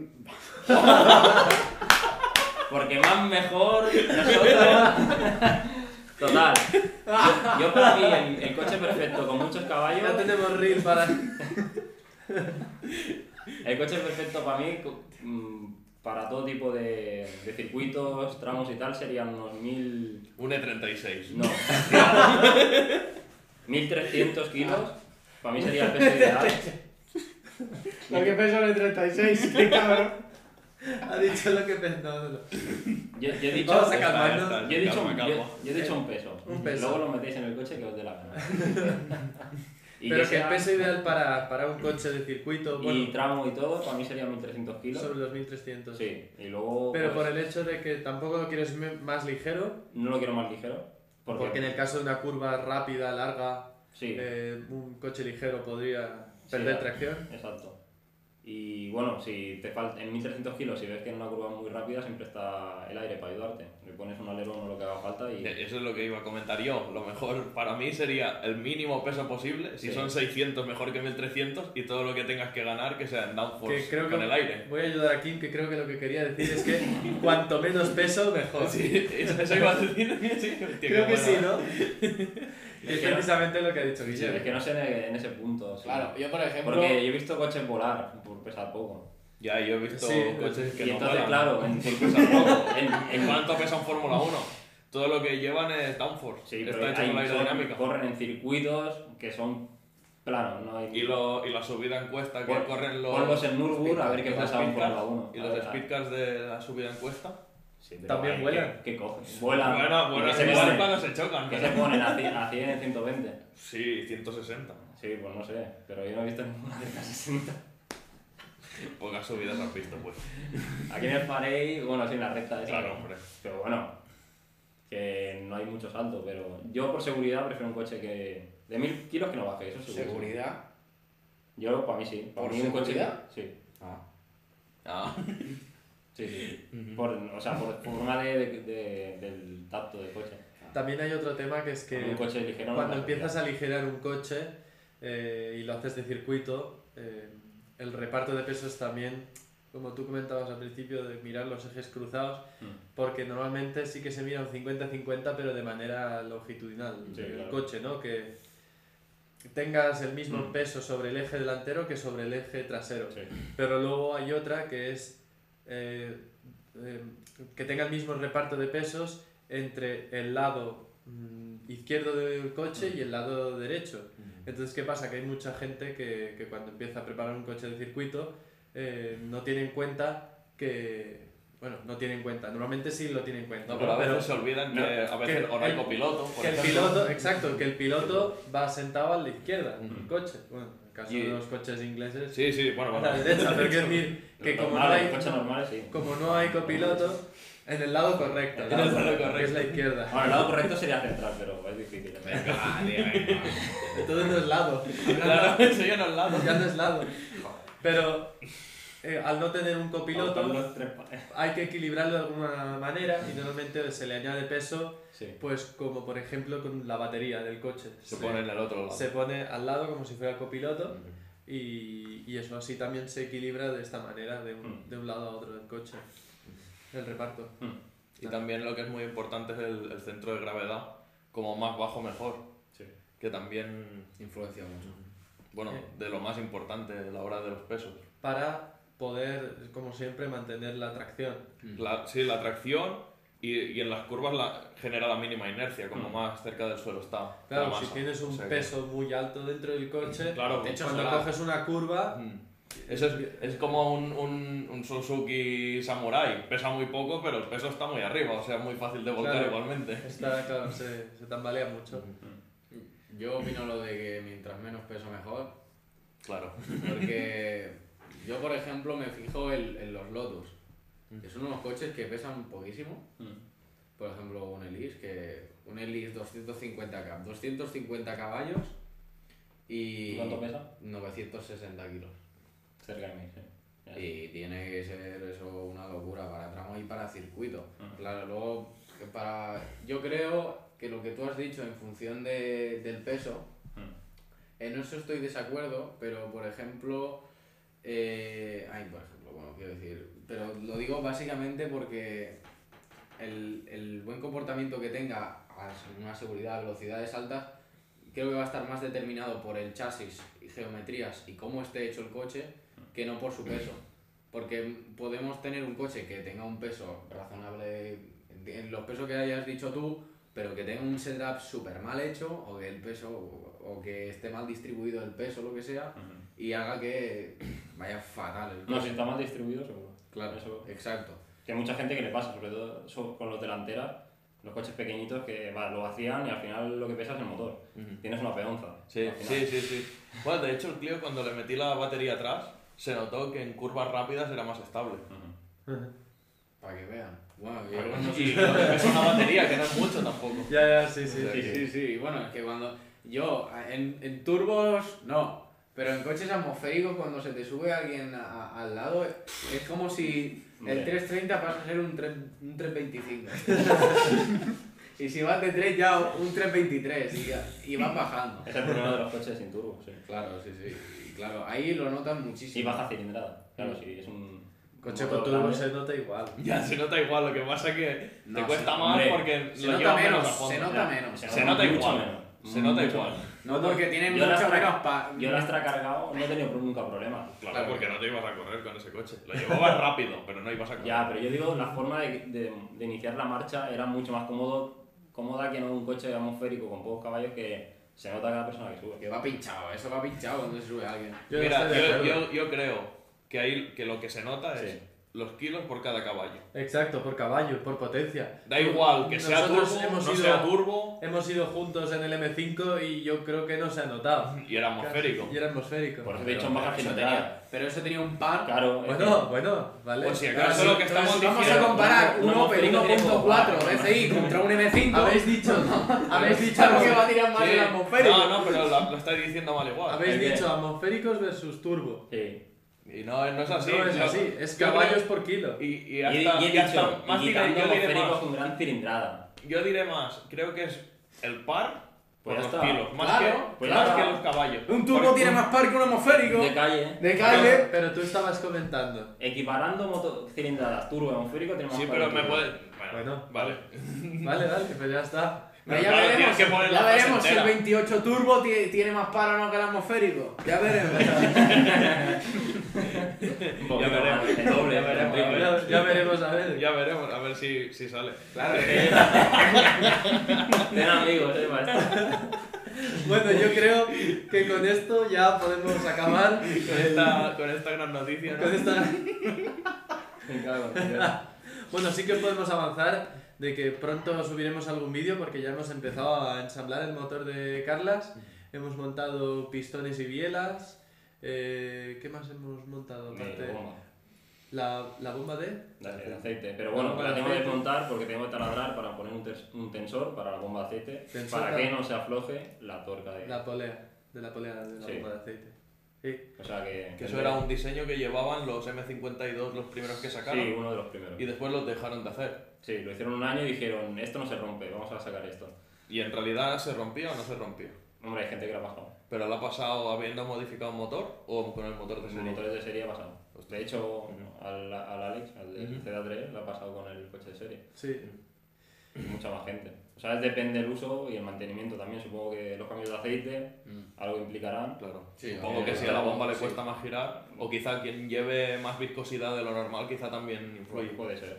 Porque más mejor. Nosotros... Total. Yo, yo para mí, el, el coche perfecto con muchos
Ya
caballos.
tenemos reel para...
El coche perfecto para mí, co- mm, para todo tipo de, de circuitos, tramos y tal, serían unos mil.
Un E E36.
No. 1300 kilos. Para mí sería el peso ideal.
Lo que peso es 36, qué cabrón.
Ha dicho lo que pensaba.
Yo, yo he dicho.
Vamos a
está,
calmarnos.
está.
Yo he, dicho,
Calma,
un-
calma.
yo- yo he dicho un peso.
Un peso.
Luego lo metéis en el coche que os dé la gana. y
Pero que el
sea-
peso ideal para, para un coche de circuito,
y
bueno,
tramo y todo, para mí sería 1300 kilos.
sobre los 1300.
Sí, y luego.
Pero por
pues,
el hecho de que tampoco lo quieres me- más ligero,
No lo quiero más ligero. Porque,
porque en el caso de una curva rápida, larga,
Sí,
eh, un coche ligero podría
Sí,
perder
ya.
tracción.
exacto. Y bueno, si te falta en 1300 kilos, si ves que en una curva muy rápida, siempre está el aire para ayudarte. Le pones un alerón o lo que haga falta y.
Eso es lo que iba a comentar yo. Lo mejor para mí sería el mínimo peso posible. Si
Sí.
son 600, mejor que 1300. Y todo lo que tengas que ganar, que sea en downforce
Pues
Que creo que
con el aire.
voy a ayudar a Kim, que creo que lo que quería decir es que cuanto menos peso, mejor.
Sí, eso eso iba a decir. Sí, hostia,
creo
qué
que
buena.
sí, ¿no? Y es
Es ¿eh? que-
precisamente lo que ha dicho
Sí, es
Guillermo.
que no sé en- en ese punto. sí.
Claro, yo por ejemplo...
Porque yo he visto coches volar por pesar poco.
Ya, yo he visto
Sí,
coches que
y
no
entonces,
vuelan.
claro, en
Pesan poco.
en-
¿En cuánto pesa un Fórmula 1? Todo lo que llevan es downforce.
Sí, pero
Está hecho
hay-
con la
son-
aerodinámica.
corren en circuitos que son planos, no hay...
Y, lo, y la subida en cuesta que
Pon-
corren los.
ponlos en Nürburgring a ver qué
los
pasa en
speedcars
Fórmula 1.
Y
A ver,
los
a-
speedcars de la subida en cuesta.
Sí, pero
También
ay,
vuelan.
¿Qué, qué cogen? Vuelan.
Bueno,
¿Y
bueno,
qué se
igual
ponen?
cuando se chocan.
¿Qué
pero-
se ponen? ¿A 100, a 100, 120?
Sí, 160.
Sí, pues no sé, pero yo no he visto ninguna de las 60.
Pocas subidas has visto, pues.
Aquí en el Farey, bueno, sí, en la recta esa.
Claro, hombre.
Pero bueno, que no hay mucho salto, pero yo por seguridad prefiero un coche que... De 1000 kilos que no baje, eso seguro.
Seguridad.
Yo, para mí sí. Para
¿Por
mí un coche...
seguridad?
Sí.
Ah.
Ah,
Sí, sí. Por, o sea, por forma de, de- de- del tacto del coche.
También hay otro tema que es que...
un coche ligero. no
Cuando
lo
empiezas a aligerar un coche eh, y lo haces de circuito, eh, el reparto de pesos también, como tú comentabas al principio, de mirar los ejes cruzados,
Mm.
porque normalmente sí que se mira un 50-50, pero de manera longitudinal
Sí,
el
claro.
coche, ¿no? Que tengas el mismo
Mm.
peso sobre el eje delantero que sobre el eje trasero.
Sí.
Pero luego hay otra que es eh, eh, que tenga el mismo reparto de pesos entre el lado mm, izquierdo del
Mm.
coche y el lado derecho. Entonces, ¿qué pasa? Que hay mucha gente que, que cuando empieza a preparar un coche de circuito eh, no tiene en cuenta que... Bueno, no tiene en cuenta. Normalmente sí lo tiene en cuenta.
no, pero a
pero-
veces se olvidan que
no,
a veces
que
o no hay
el-
copiloto. por
que el
ejemplo.
piloto, exacto, que el piloto va sentado a la izquierda del
Ujú.
coche. Bueno, en el caso
Mm. Y-
de los coches ingleses,
Sí, sí, bueno,
a
bueno.
la derecha, pero quiero decir que
Los
como no
normales,
hay,
los coches normales, sí.
como no hay copiloto, En el lado correcto.
En el lado
Que es la izquierda.
Bueno, el lado correcto sería central, pero es difícil. ¿eh?
Venga, vale, Ah, venga.
Entonces no es lado.
Claro, eso yo no al lado.
Ya no es lado. Pero eh, al no tener un
Faltan
copiloto
los tres pares.
hay que equilibrarlo de alguna manera y normalmente se le añade peso,
Sí.
pues como por ejemplo con la batería del coche.
Se pone en el otro lado.
se pone al lado como si fuera el copiloto y, y eso así también se equilibra de esta manera, de un,
Mm.
de un lado a otro del coche, el reparto.
Y también lo que es muy importante es el, el centro de gravedad. Como más bajo, mejor.
Sí.
Que también,
Influencia mucho.
bueno,
Eh.
de lo más importante a la hora de los pesos.
Para poder, como siempre, mantener la tracción.
La- sí, la tracción y, y en las curvas la, genera la mínima inercia, como
Mm.
más cerca del suelo está. la
Claro,
masa.
si tienes un
O sea que-
peso muy alto dentro del coche,
Claro,
De hecho,
cuando
será-
coges una curva,
Mm. Eso es, es como un, un, un Suzuki Samurai. Pesa muy poco, pero el peso está muy arriba, o sea, es muy fácil de volcar
Claro.
igualmente.
está, claro, se, se tambalea mucho.
Yo opino lo de que mientras menos peso mejor,
Claro.
porque yo, por ejemplo, me fijo en, en los Lotus, que son unos coches que pesan poquísimo. Por ejemplo, un Elise, que un Elise 250 cap, 250 caballos y
¿Cuánto pesa?
960 kilos.
Cerca de mí, sí. Ya.
Y tiene que ser eso una locura para tramo y para circuito.
Ajá.
Claro, luego que para yo creo que lo que tú has dicho en función de- del peso,
Mm.
en eso estoy desacuerdo, pero por ejemplo, eh, ay, por ejemplo, bueno, quiero decir, pero lo digo básicamente porque el, el buen comportamiento que tenga a una seguridad a velocidades altas, creo que va a estar más determinado por el chasis y geometrías y cómo esté hecho el coche que no por su peso. Porque podemos tener un coche que tenga un peso razonable, en los pesos que hayas dicho tú, pero que tenga un setup súper mal hecho, o que el peso, o que esté mal distribuido el peso, lo que sea,
Ujú.
y haga que vaya fatal el
mm, No,
coche.
si está mal distribuido, seguro.
claro,
Eso-
exacto.
Que hay mucha gente que le pasa, sobre todo so- con los delanteras, los coches pequeñitos que va, lo hacían y al final lo que pesa es el motor. Tienes una peonza.
Sí,
al final.
sí, sí, sí. Bueno, de hecho, el Clio cuando le metí la batería atrás, se notó que en curvas rápidas era más estable.
Ujú.
Para que vean. Bueno, yo-
Y lo que pesa una batería, que no es mucho tampoco.
Ya, ya, sí, sí.
Sí.
Sí, sí, bueno, es que cuando. Yo, en, en turbos, no. Pero en coches atmosféricos, cuando se te sube alguien a- a- al lado, es como si el
Hombre.
330 pasa a ser un, tres- un 325. y si vas de 3, ya un 323. Y, ya- y vas bajando.
Es el problema de los coches sin turbo, sí.
Claro, sí, sí. Y claro, ahí lo notas muchísimo.
Y baja cilindrada. Claro,
Mm.
si es un.
Coche
un
con
motor
turbo
grande.
se nota igual.
Ya, se nota igual, lo que pasa que
No,
te cuesta
se-
más
hombre,
porque
se
lo
nota
llevas
menos,
menos a fondo.
se nota
Ya,
menos.
Se nota
mucho
igual.
menos.
Se nota
Mucho
igual.
menos.
No, porque tienen
Yo las
mucho
tra-
menos pa.
Yo la extracargado no he tenido nunca problema.
Claro,
Claro.
porque no te ibas a correr con ese coche. Lo llevabas rápido, pero no ibas a correr.
Ya, pero yo digo, la forma de, de- de iniciar la marcha era mucho más cómodo, cómoda que no un coche atmosférico con pocos caballos que se nota cada persona que
Que
sube.
va pinchado, eso va pinchado cuando se sube alguien.
Yo no
Mira,
estoy de
yo,
acuerdo.
yo, yo creo que, ahí, que lo que se nota es
Sí.
los kilos por cada caballo.
Exacto, por caballo, por potencia.
Da igual que sea
Nosotros
turbo,
hemos
no
ido-
sea turbo,
Hemos ido juntos en el M5 y yo creo que no se ha notado.
y era atmosférico.
Y era atmosférico.
Por eso te he
Pero,
dicho en baja
eso
cilindrada.
tenía, pero eso tenía un par
Claro, es
Bueno, bueno, vale.
Pues si
Claro,
acaso
sí,
lo que
entonces
estamos
vamos
diciendo...
a comparar
no,
un
no,
Opel
no, no,
1.4
no, no.
DCI contra un M5.
Habéis dicho, habéis dicho,
algo que va a tirar más
Sí.
el atmosférico.
No, no, pero lo, lo estáis diciendo mal igual.
habéis
¿El qué?
dicho atmosféricos versus turbo.
que- sí.
Y no, no es así.
no es
Yo-
así, es
yo
caballos
creo-
por kilo.
Y, y
Y, he-
hasta,
y
y
he
hasta
dicho,
más
y
diré-
quitando
yo diré
atmosféricos
más,
con gran cilindrada.
yo diré más, creo que es el par por
Pues ya
los
está.
kilos, más,
Claro,
que,
pues ya
más
está.
que los caballos.
Un turbo
Porque-
tiene más par que un atmosférico.
De calle,
De
Pero,
calle.
pero tú estabas comentando.
equiparando moto, cilindradas, turbo, atmosférico, tenemos
Sí,
más
pero
parecido.
me puede...
Bueno.
Bueno, vale.
Vale, vale, pero ya está.
Pero
claro,
ya veremos,
tienes que poner
ya
la frase
veremos si el
entera.
28 turbo ti- tiene más par o no que el atmosférico. Ya veremos.
Un
Ya
poquito
veremos,
más, el doble,
ya veremos,
el
ya
Ya,
triple.
ya veremos, a ver.
Ya veremos, a ver si, si sale.
claro,
Ten amigos, eh, para esto.
Bueno, yo creo que con esto ya podemos acabar eh,
Con esta, con esta gran noticia, ¿no?
con esta...
Me cago en Dios.
Bueno, sí que os podemos avanzar de que pronto subiremos algún vídeo porque ya hemos empezado a ensamblar el motor de Carlas. Hemos montado pistones y bielas. Eh, ¿Qué más hemos montado?
Me
Aparte,
pongo.
La, la bomba de...
La de aceite. Pero bueno,
Bomba
la
de
tengo que
aceite.
montar porque tengo que taladrar para poner un, tens- un tensor para la bomba de aceite.
Tensor
para
para-
que no se afloje la torca de.
La polea. De la polea de la
Sí.
bomba de aceite. Sí.
O sea que.
Que eso era un diseño que llevaban los M52 los primeros que sacaron
Sí, uno de los primeros.
y después los dejaron de hacer.
Sí, lo hicieron un año y dijeron, esto no se rompe, vamos a sacar esto.
Y en realidad se rompía o no se rompía.
Hombre, hay gente que lo ha bajado.
Pero lo ha pasado habiendo modificado un motor o con el motor de
Los
serie.
motores de serie ha pasado. De hecho, al, al Alex, al del CDA3, lo ha pasado con el coche de serie.
Sí.
Mucha más gente. O sea, depende del uso y el mantenimiento también. Supongo que los cambios de aceite algo implicarán.
Claro.
Sí,
Supongo que
eh,
si a la bomba le
sí.
cuesta más girar, o quizá quien lleve más viscosidad de lo normal, quizá también influye.
Puede ser.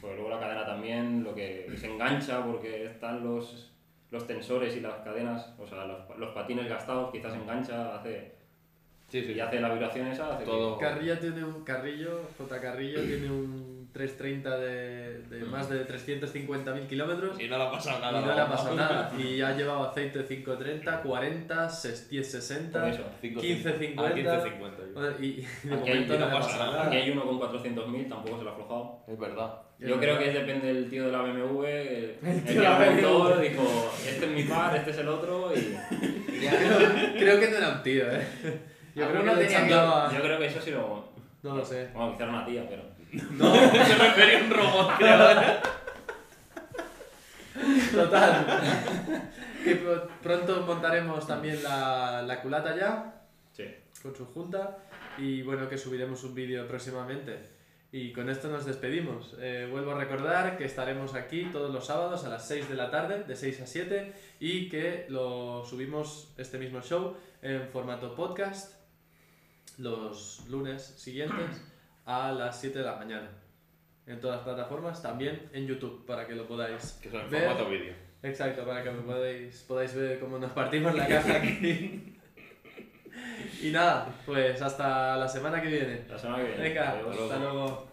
Pues luego la cadena también, lo que se engancha porque están los, los tensores y las cadenas, o sea, los, los patines gastados, quizás engancha, hace,
Sí, sí.
y hace la vibración esa, hace que-
Todo.
Carrillo tiene un Carrillo, J. Carrillo tiene un 330 de, de más de 350.000 kilómetros
Y no le ha pasado
y
nada. a la
no le ha
bomba.
pasado nada. Y ha llevado aceite 530, 40,
Por
60,
eso.
15, 50.
Ah, 1550. yo.
y, y de
Aquí hay,
momento no le
pasa
pasa
nada.
nada.
aquí hay uno con 400.000, tampoco se lo ha aflojado.
Es verdad.
Es
Yo creo
verdad.
que es depende del tío de la BMW, el, eh, el que
de la
lo montó,
BMW.
dijo, este es mi par, este es el otro, y
Ya,
Creo, creo que no era un tío, eh. Yo creo
Alguno
que le
tenía que-
chambeaba-
yo creo que eso sí lo...
No lo sé.
Bueno, quizá era una tía, pero...
Se refería a un robot creador.
Total. que pro- pronto montaremos también la, la culata ya.
Sí.
con su junta y bueno que subiremos un vídeo próximamente. Y con esto nos despedimos. Eh, vuelvo a recordar que estaremos aquí todos los sábados a las 6 de la tarde, de 6 a 7, y que lo subimos este mismo show en formato podcast los lunes siguientes a las 7 de la mañana. En todas las plataformas, también en YouTube, para que lo podáis
Que son en
Ver-
formato vídeo.
Exacto, para que me podáis, podáis ver cómo nos partimos la caja aquí. y nada, pues hasta la semana que viene.
La semana que viene.
Venga,
Adiós.
Hasta luego.